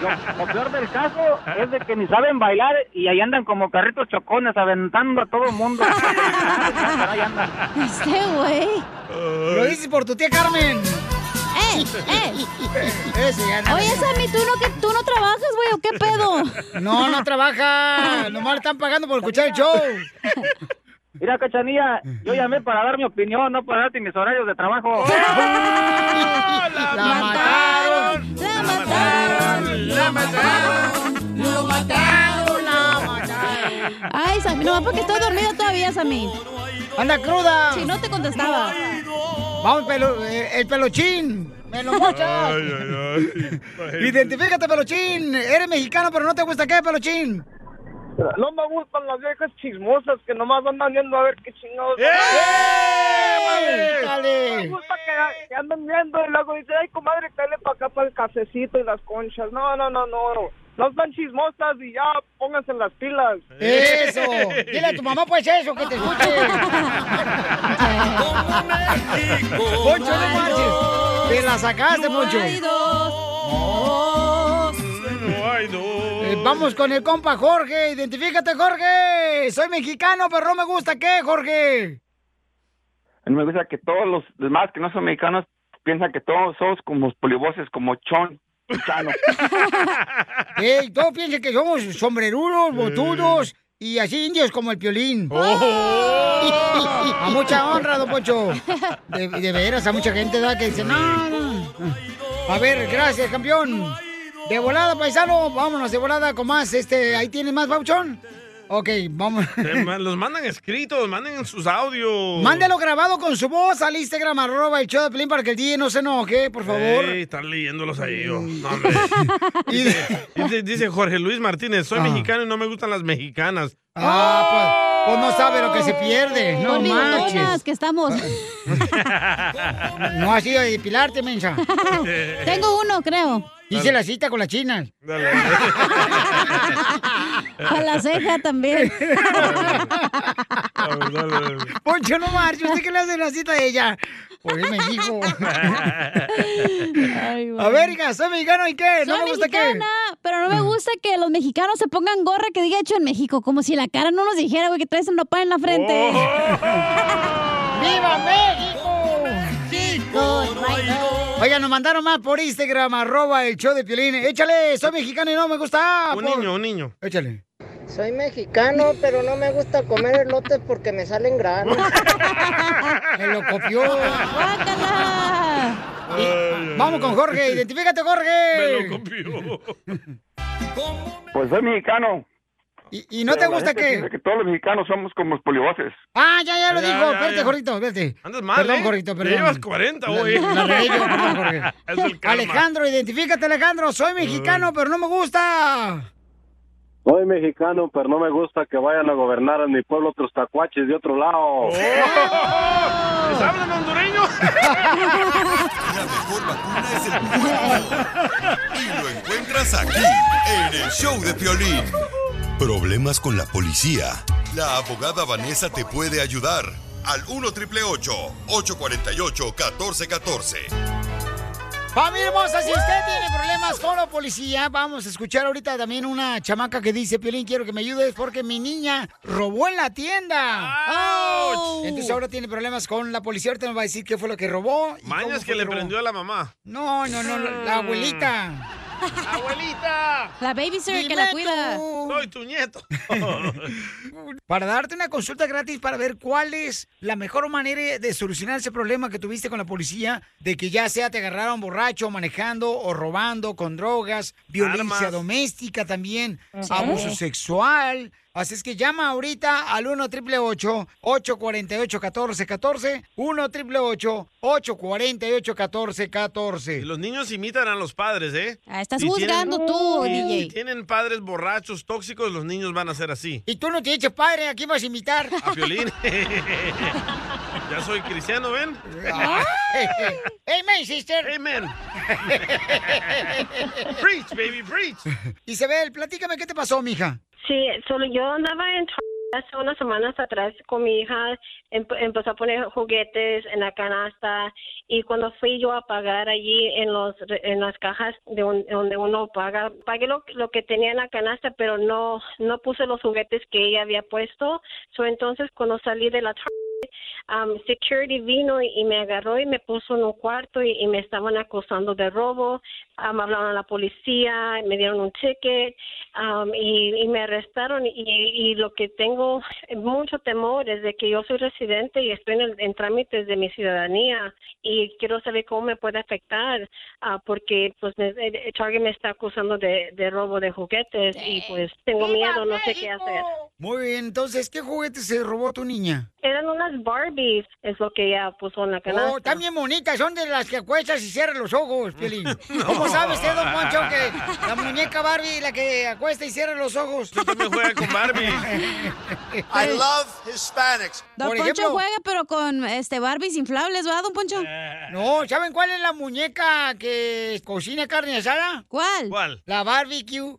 [SPEAKER 17] lo, lo peor del caso
[SPEAKER 3] ¿eh?
[SPEAKER 17] es de que ni saben bailar y ahí andan como carritos chocones aventando a todo el mundo. Pero ahí andan.
[SPEAKER 2] Este güey. Lo dices por tu tía Carmen.
[SPEAKER 4] ¡Eh! ¡Eh!
[SPEAKER 2] Ese ya no.
[SPEAKER 4] Oye, Sammy, ¿tú no, que, ¿tú no trabajas, güey? ¿O qué pedo?
[SPEAKER 2] No, no trabaja. Nomás le están pagando por escuchar el show.
[SPEAKER 17] Mira, Cachanilla, yo llamé para dar mi opinión, no para darte mis horarios de trabajo.
[SPEAKER 2] La mataron.
[SPEAKER 8] La mataron. La mataron. Lo mataron. La mataron.
[SPEAKER 4] Ay, Sammy, no, porque estoy dormido todavía, Sammy.
[SPEAKER 2] ¡Anda cruda!
[SPEAKER 4] Si no te contestaba.
[SPEAKER 2] Vamos, pelo- eh, el pelochín. Me lo mochas.
[SPEAKER 8] Pues,
[SPEAKER 2] Identifícate, pelochín. Eres mexicano, pero no te gusta qué, pelochín.
[SPEAKER 17] No me gustan las viejas chismosas que nomás andan viendo a ver qué chingados.
[SPEAKER 2] ¡Eh! ¡Dale!
[SPEAKER 17] Me gusta que, que andan viendo y luego dice, ay comadre, dale para acá para el cafecito y las conchas. No, no, no, no. No están chismosas y ya pónganse las pilas.
[SPEAKER 2] Eso. Dile a tu mamá, pues eso, que te escuche. Poncho, no marches. Te la sacaste, Poncho. Eh, vamos con el compa Jorge. Identifícate, Jorge. Soy mexicano, pero no me gusta qué, Jorge.
[SPEAKER 10] A mí me gusta que todos los demás que no son mexicanos piensan que todos somos como polivoces, como chon, chano.
[SPEAKER 2] Ey, todos piensan que somos sombrerudos, botudos y así indios como el piolín. a mucha honra, don Poncho. De, de veras, a mucha gente da que dice, no, no. A ver, gracias, campeón. De volada, paisano, vámonos de volada con más. Este, ahí tienes más, Bauchón. Ok, vamos.
[SPEAKER 3] Eh, ma- Los mandan escritos, manden sus audios.
[SPEAKER 2] Mándalo grabado con su voz al Instagram, arroba el show de Pelín para que el DJ no se enoje, por favor.
[SPEAKER 3] Ey, están leyéndolos ahí. yo. No, hombre. dice, dice- dice Jorge Luis Martínez, soy mexicano y no me gustan las mexicanas.
[SPEAKER 2] Ah, pues, pues no sabe lo que se pierde. No
[SPEAKER 4] Con
[SPEAKER 2] manches. Ah,
[SPEAKER 4] bigotonas que estamos.
[SPEAKER 2] No ha sido de depilarte, mensa.
[SPEAKER 4] Tengo uno, creo.
[SPEAKER 2] Hice la cita con las chinas.
[SPEAKER 4] Para la ceja también.
[SPEAKER 2] Poncho, no marches. ¿Usted qué le hace la cita a ella? Por me dijo. A ver, hija, soy mexicano y qué. No
[SPEAKER 4] Soy
[SPEAKER 2] me gusta
[SPEAKER 4] mexicana, pero no me gusta que los mexicanos se pongan gorra que diga hecho en México, como si la cara no nos dijera, güey, que traes un nopal en la frente.
[SPEAKER 2] Oh, ¡Viva México! Oiga, nos mandaron más por Instagram, arroba el show de Piolín. Échale, soy mexicano y no me gusta.
[SPEAKER 3] Un
[SPEAKER 2] por-
[SPEAKER 3] niño, un niño.
[SPEAKER 2] Échale.
[SPEAKER 7] Soy mexicano, pero Ah, no me gusta comer elotes porque me salen granos.
[SPEAKER 2] Me lo copió. Ah. Y- Vamos con Jorge, identifícate, Jorge.
[SPEAKER 10] Pues soy mexicano.
[SPEAKER 2] ¿Y, no te gusta qué?
[SPEAKER 10] Que todos los mexicanos somos como polivoces.
[SPEAKER 2] Ah, ya, ya lo
[SPEAKER 10] Ya,
[SPEAKER 2] dijo.
[SPEAKER 10] ya,
[SPEAKER 2] espérate,
[SPEAKER 10] ya.
[SPEAKER 2] Jorgito, espérate.
[SPEAKER 10] Andas mal,
[SPEAKER 2] Perdón,
[SPEAKER 10] ¿eh?
[SPEAKER 2] Jorgito,
[SPEAKER 10] Ya
[SPEAKER 2] perdón.
[SPEAKER 10] llevas 40
[SPEAKER 2] La-
[SPEAKER 10] hoy.
[SPEAKER 2] la regué yo, perdón, Jorge.
[SPEAKER 10] Es el karma.
[SPEAKER 2] Alejandro, identifícate, Alejandro. Soy mexicano, pero no me gusta.
[SPEAKER 22] Soy mexicano, pero no me gusta que vayan a gobernar a mi pueblo otros tacuaches de otro lado.
[SPEAKER 10] Oh.
[SPEAKER 8] ¡Eh!
[SPEAKER 3] ¿Les hablan hondureño?
[SPEAKER 5] La mejor vacuna es el buen humor. Y lo encuentras aquí, en el show de Piolín. Problemas con la policía. La abogada Vanessa te puede ayudar. Al 1 triple 848 1414.
[SPEAKER 2] Familia hermosa, si usted tiene problemas con la policía, vamos a escuchar ahorita también una chamaca que dice, Piolín, quiero que me ayudes porque mi niña robó en la tienda. Oh. Entonces ahora tiene problemas con la policía, ahorita nos va a decir qué fue lo que robó. y cómo
[SPEAKER 3] Mañas
[SPEAKER 2] fue
[SPEAKER 3] que le
[SPEAKER 2] robó.
[SPEAKER 3] prendió a la mamá.
[SPEAKER 2] No, no, no, la- la abuelita.
[SPEAKER 4] ¡Abuelita! La babysitter que la cuida.
[SPEAKER 3] Soy tu nieto.
[SPEAKER 2] Para darte una consulta gratis para ver cuál es la mejor manera de solucionar ese problema que tuviste con la policía, de que ya sea te agarraron borracho, manejando o robando con drogas, violencia
[SPEAKER 8] Armas.
[SPEAKER 2] doméstica también,
[SPEAKER 8] Sí.
[SPEAKER 2] abuso sexual. Así es que llama ahorita al 1 888 848 1414 1 888 848 1414
[SPEAKER 3] Los niños imitan a los padres, ¿eh?
[SPEAKER 2] Ah, estás
[SPEAKER 3] Si
[SPEAKER 2] juzgando tú,
[SPEAKER 3] si-
[SPEAKER 2] DJ.
[SPEAKER 3] Si tienen padres borrachos, tóxicos, los niños van a ser así.
[SPEAKER 2] Y tú no te eches padre, aquí vas a imitar.
[SPEAKER 3] A Piolín. ya soy cristiano, ¿ven?
[SPEAKER 2] Ah. Amen, sister.
[SPEAKER 3] Amen.
[SPEAKER 2] preach, baby, preach. Isabel, platícame qué te pasó, mija.
[SPEAKER 28] Sí, solo yo andaba en Target hace unas semanas atrás con mi hija, emp- empezó a poner juguetes en la canasta y cuando fui yo a pagar allí en los re- en las cajas de un- donde uno paga, pagué lo, lo que tenía en la canasta, pero no no puse los juguetes que ella había puesto. So, entonces cuando salí de la Target, um, security vino y, y me agarró y me puso en un cuarto y, y me estaban acusando de robo. Um, hablaron a la policía, me dieron un ticket um, y, y me arrestaron. Y, y lo que tengo mucho temor es de que yo soy residente y estoy en, el- en trámites de mi ciudadanía y quiero saber cómo me puede afectar ah, porque pues me- eh, Target me está acusando de, de robo de juguetes y pues tengo miedo, no sé qué hacer.
[SPEAKER 2] Muy bien, entonces, ¿qué juguete se robó tu niña?
[SPEAKER 28] Eran unas Barbies, es lo que ella puso en la canasta.
[SPEAKER 2] Oh, están bien bonitas, son de las que acuestas y cierras los ojos, Piolín. ¿Cómo sabes, eh, don Poncho, que la muñeca Barbie, la que acuesta y cierra los ojos? Yo
[SPEAKER 3] también juega con Barbie.
[SPEAKER 4] I love
[SPEAKER 2] Hispanics.
[SPEAKER 4] Don
[SPEAKER 2] Por
[SPEAKER 4] Poncho
[SPEAKER 2] ejemplo,
[SPEAKER 4] juega, pero con este Barbies inflables, ¿verdad, Don Poncho?
[SPEAKER 2] No, ¿saben cuál es la muñeca que cocina carne asada?
[SPEAKER 4] ¿Cuál?
[SPEAKER 3] ¿Cuál?
[SPEAKER 2] La barbecue.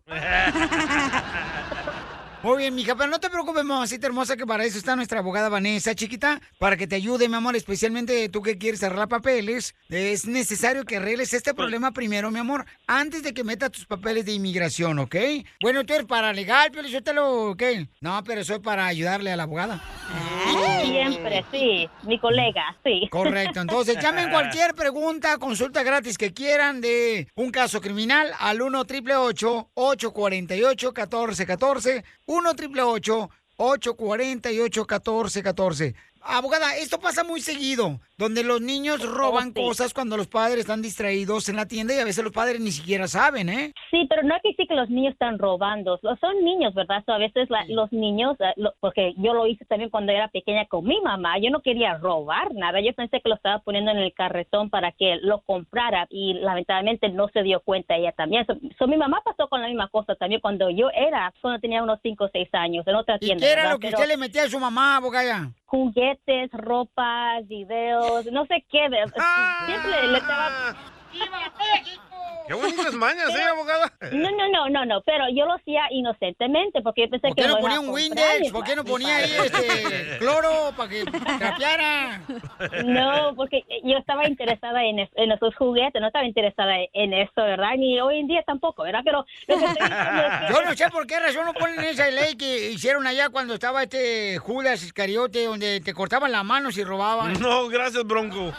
[SPEAKER 2] Muy bien, mija, pero no te preocupes, mamacita hermosa, que para eso está nuestra abogada Vanessa, chiquita, para que te ayude, mi amor, especialmente tú que quieres arreglar papeles. Es necesario que arregles este problema primero, mi amor, antes de que metas tus papeles de inmigración, ¿ok? Bueno, tú eres para legal, pero yo te lo, ¿ok? No, pero soy para ayudarle a la abogada.
[SPEAKER 28] Siempre, sí. Mi colega, sí.
[SPEAKER 2] Correcto, entonces llamen cualquier pregunta, consulta gratis que quieran de un caso criminal al 1 888 848 1414 1 888 848 1414 Abogada, esto pasa muy seguido, donde los niños roban
[SPEAKER 29] Oh, sí.
[SPEAKER 2] cosas cuando los padres están distraídos en la tienda y a veces los padres ni siquiera saben, ¿eh?
[SPEAKER 29] Sí, pero no hay que decir que los niños están robando. Lo- Son niños, ¿verdad? So, a veces la- los niños, eh, lo- porque yo lo hice también cuando era pequeña con mi mamá, yo no quería robar nada. Yo pensé que lo estaba poniendo en el carretón para que lo comprara y lamentablemente no se dio cuenta ella también. So, so, mi mamá pasó con la misma cosa también cuando yo era, cuando tenía unos 5 o 6 años, en otra tienda.
[SPEAKER 2] ¿Qué era
[SPEAKER 29] ¿verdad?
[SPEAKER 2] lo que
[SPEAKER 29] Pero-
[SPEAKER 2] usted le metía a su mamá, abogada?
[SPEAKER 29] juguetes, ropas, videos, no sé qué. de-
[SPEAKER 2] Ah.
[SPEAKER 29] Siempre le estaba...
[SPEAKER 3] Qué bonitas mañas, ¿eh, abogada?
[SPEAKER 29] No, no, no, no, no, pero yo lo hacía inocentemente porque yo pensé
[SPEAKER 2] ¿Por qué
[SPEAKER 29] que
[SPEAKER 2] no
[SPEAKER 29] lo iba a
[SPEAKER 2] ponía un
[SPEAKER 29] comprar,
[SPEAKER 2] Windex?
[SPEAKER 29] mi
[SPEAKER 2] ¿Por qué no
[SPEAKER 29] pa- mi
[SPEAKER 2] ponía ahí
[SPEAKER 29] padre.
[SPEAKER 2] este cloro para que trapeara?
[SPEAKER 29] No, porque yo estaba interesada en, es- en esos juguetes, no estaba interesada en eso, ¿verdad? Ni hoy en día tampoco, ¿verdad? Pero lo que estoy diciendo es que-
[SPEAKER 2] Yo no sé por qué razón no ponen esa ley que hicieron allá cuando estaba este Judas Iscariote, donde te cortaban las manos y robaban.
[SPEAKER 3] No, gracias, Bronco.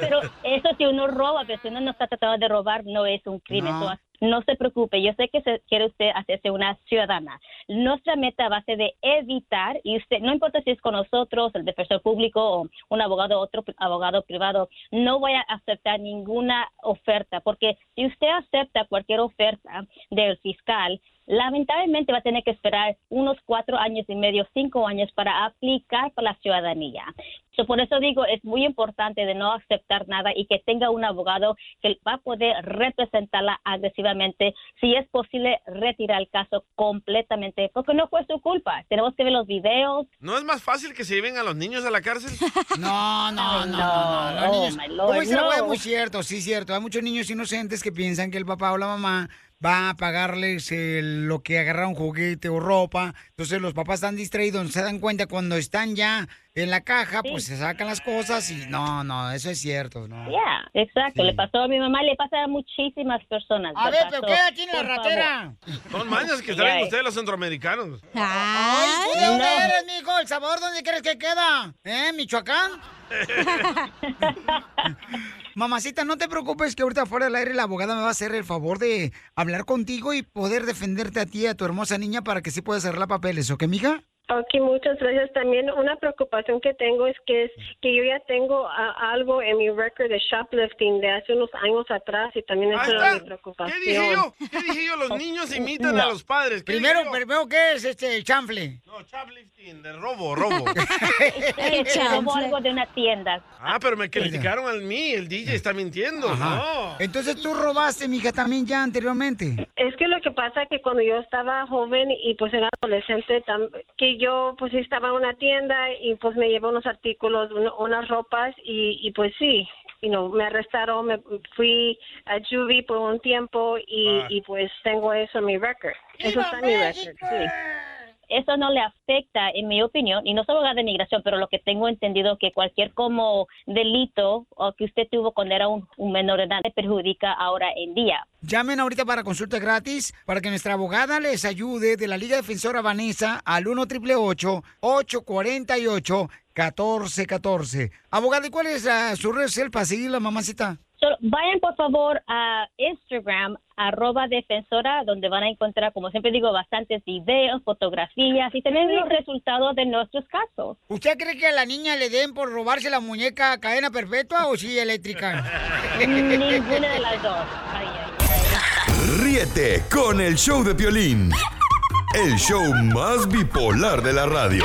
[SPEAKER 29] Pero eso si uno roba, pero si uno no está tratando de robar, no es un crimen.
[SPEAKER 3] No.
[SPEAKER 29] So, No, se preocupe, yo sé que se, quiere usted hacerse una ciudadana. Nuestra meta va a ser de evitar, y usted, no importa si es con nosotros, el defensor público o un abogado, otro pri- abogado privado, no voy a aceptar ninguna oferta, porque si usted acepta cualquier oferta del fiscal, lamentablemente va a tener que esperar unos cuatro años y medio, cinco años para aplicar para la ciudadanía. So, por eso digo, es muy importante de no aceptar nada y que tenga un abogado que va a poder representarla agresivamente. Si es posible, retirar el caso completamente, porque no fue su culpa. Tenemos que ver los videos.
[SPEAKER 3] ¿No es más fácil que se lleven a los niños a la cárcel?
[SPEAKER 2] No, no, no, no, no, los niños-
[SPEAKER 29] Oh,
[SPEAKER 2] Como dice la abogada, muy cierto, sí, cierto. Hay muchos niños inocentes que piensan que el papá o la mamá va a pagarles eh, lo que agarraron juguete o ropa. Entonces los papás están distraídos, no se dan cuenta cuando están ya en la caja, pues se sacan las cosas y no, no, eso es cierto, no.
[SPEAKER 29] Yeah, exacto. Le pasó a mi mamá, le pasa a muchísimas personas.
[SPEAKER 2] A ver,
[SPEAKER 29] ¿verdad?
[SPEAKER 2] pero
[SPEAKER 29] So,
[SPEAKER 2] quédate aquí en la
[SPEAKER 29] por favor.
[SPEAKER 2] ratera.
[SPEAKER 3] Son mañas que traen ustedes los centroamericanos.
[SPEAKER 2] Ay, ¿tú ¿De dónde eres, mijo? ¿El sabor dónde crees que queda? ¿Eh, Michoacán? Mamacita, no te preocupes que ahorita fuera del aire la abogada me va a hacer el favor de hablar contigo y poder defenderte a ti y a tu hermosa niña para que sí puedas arreglar papeles, ¿ok, mija?
[SPEAKER 28] Ok, muchas gracias. También una preocupación que tengo es que es que yo ya tengo a- algo en mi record de shoplifting de hace unos años atrás y también
[SPEAKER 3] Ahí
[SPEAKER 28] eso
[SPEAKER 3] está.
[SPEAKER 28] era mi
[SPEAKER 3] ¿Qué
[SPEAKER 28] preocupación.
[SPEAKER 3] ¿Qué dije yo? ¿Qué dije yo? Los niños imitan a los padres. ¿Qué
[SPEAKER 2] Primero,
[SPEAKER 3] dije yo?
[SPEAKER 2] primero, ¿qué es este el chanfle?
[SPEAKER 3] No, shoplifting, de robo, robo.
[SPEAKER 29] Es que se robó algo de una tienda.
[SPEAKER 3] ah, pero me criticaron a mí, el DJ está mintiendo. No.
[SPEAKER 2] Entonces tú robaste, mija, también ya anteriormente.
[SPEAKER 28] Es que lo que pasa que cuando yo estaba joven y pues era adolescente, tam- que yo pues sí estaba en una tienda y pues me llevé unos artículos, un- unas ropas y, y pues sí, y no, me arrestaron, me fui a Juvie por un tiempo y,
[SPEAKER 29] Ah.
[SPEAKER 28] y pues tengo eso en mi record. Eso está en mi record, sí.
[SPEAKER 29] Eso no le afecta, en mi opinión, y no soy abogada de inmigración, pero lo que tengo entendido que cualquier como delito o que usted tuvo cuando era un, un menor de edad le perjudica ahora en día.
[SPEAKER 2] Llamen ahorita para consulta gratis para que nuestra abogada les ayude de la Liga Defensora Vanessa al 1 848 1414 Abogada, ¿y cuál es ah, su red social para seguirla, mamacita?
[SPEAKER 29] So, vayan por favor a Instagram, arroba defensora, donde van a encontrar, como siempre digo, bastantes videos, fotografías y también los resultados de nuestros casos.
[SPEAKER 2] ¿Usted cree que a la niña le den por robarse la muñeca cadena perpetua o sí eléctrica?
[SPEAKER 29] Ninguna de las dos.
[SPEAKER 5] Ríete con el show de Piolín. El show más bipolar de la radio.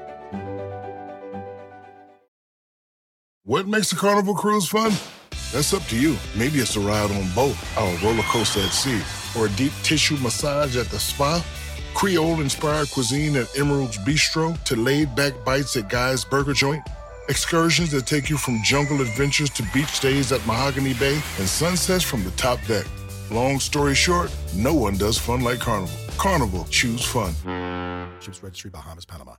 [SPEAKER 26] What makes a carnival cruise fun? That's up to you. Maybe it's a ride on boat, or a roller coaster at sea, or a deep tissue massage at the spa. Creole inspired cuisine at Emerald's Bistro to laid back bites at Guy's Burger Joint. Excursions that take you from jungle adventures to beach days at Mahogany Bay and sunsets from the top deck. Long story short, no one does fun like Carnival. Carnival, choose fun. Ships Registry, Bahamas, Panama.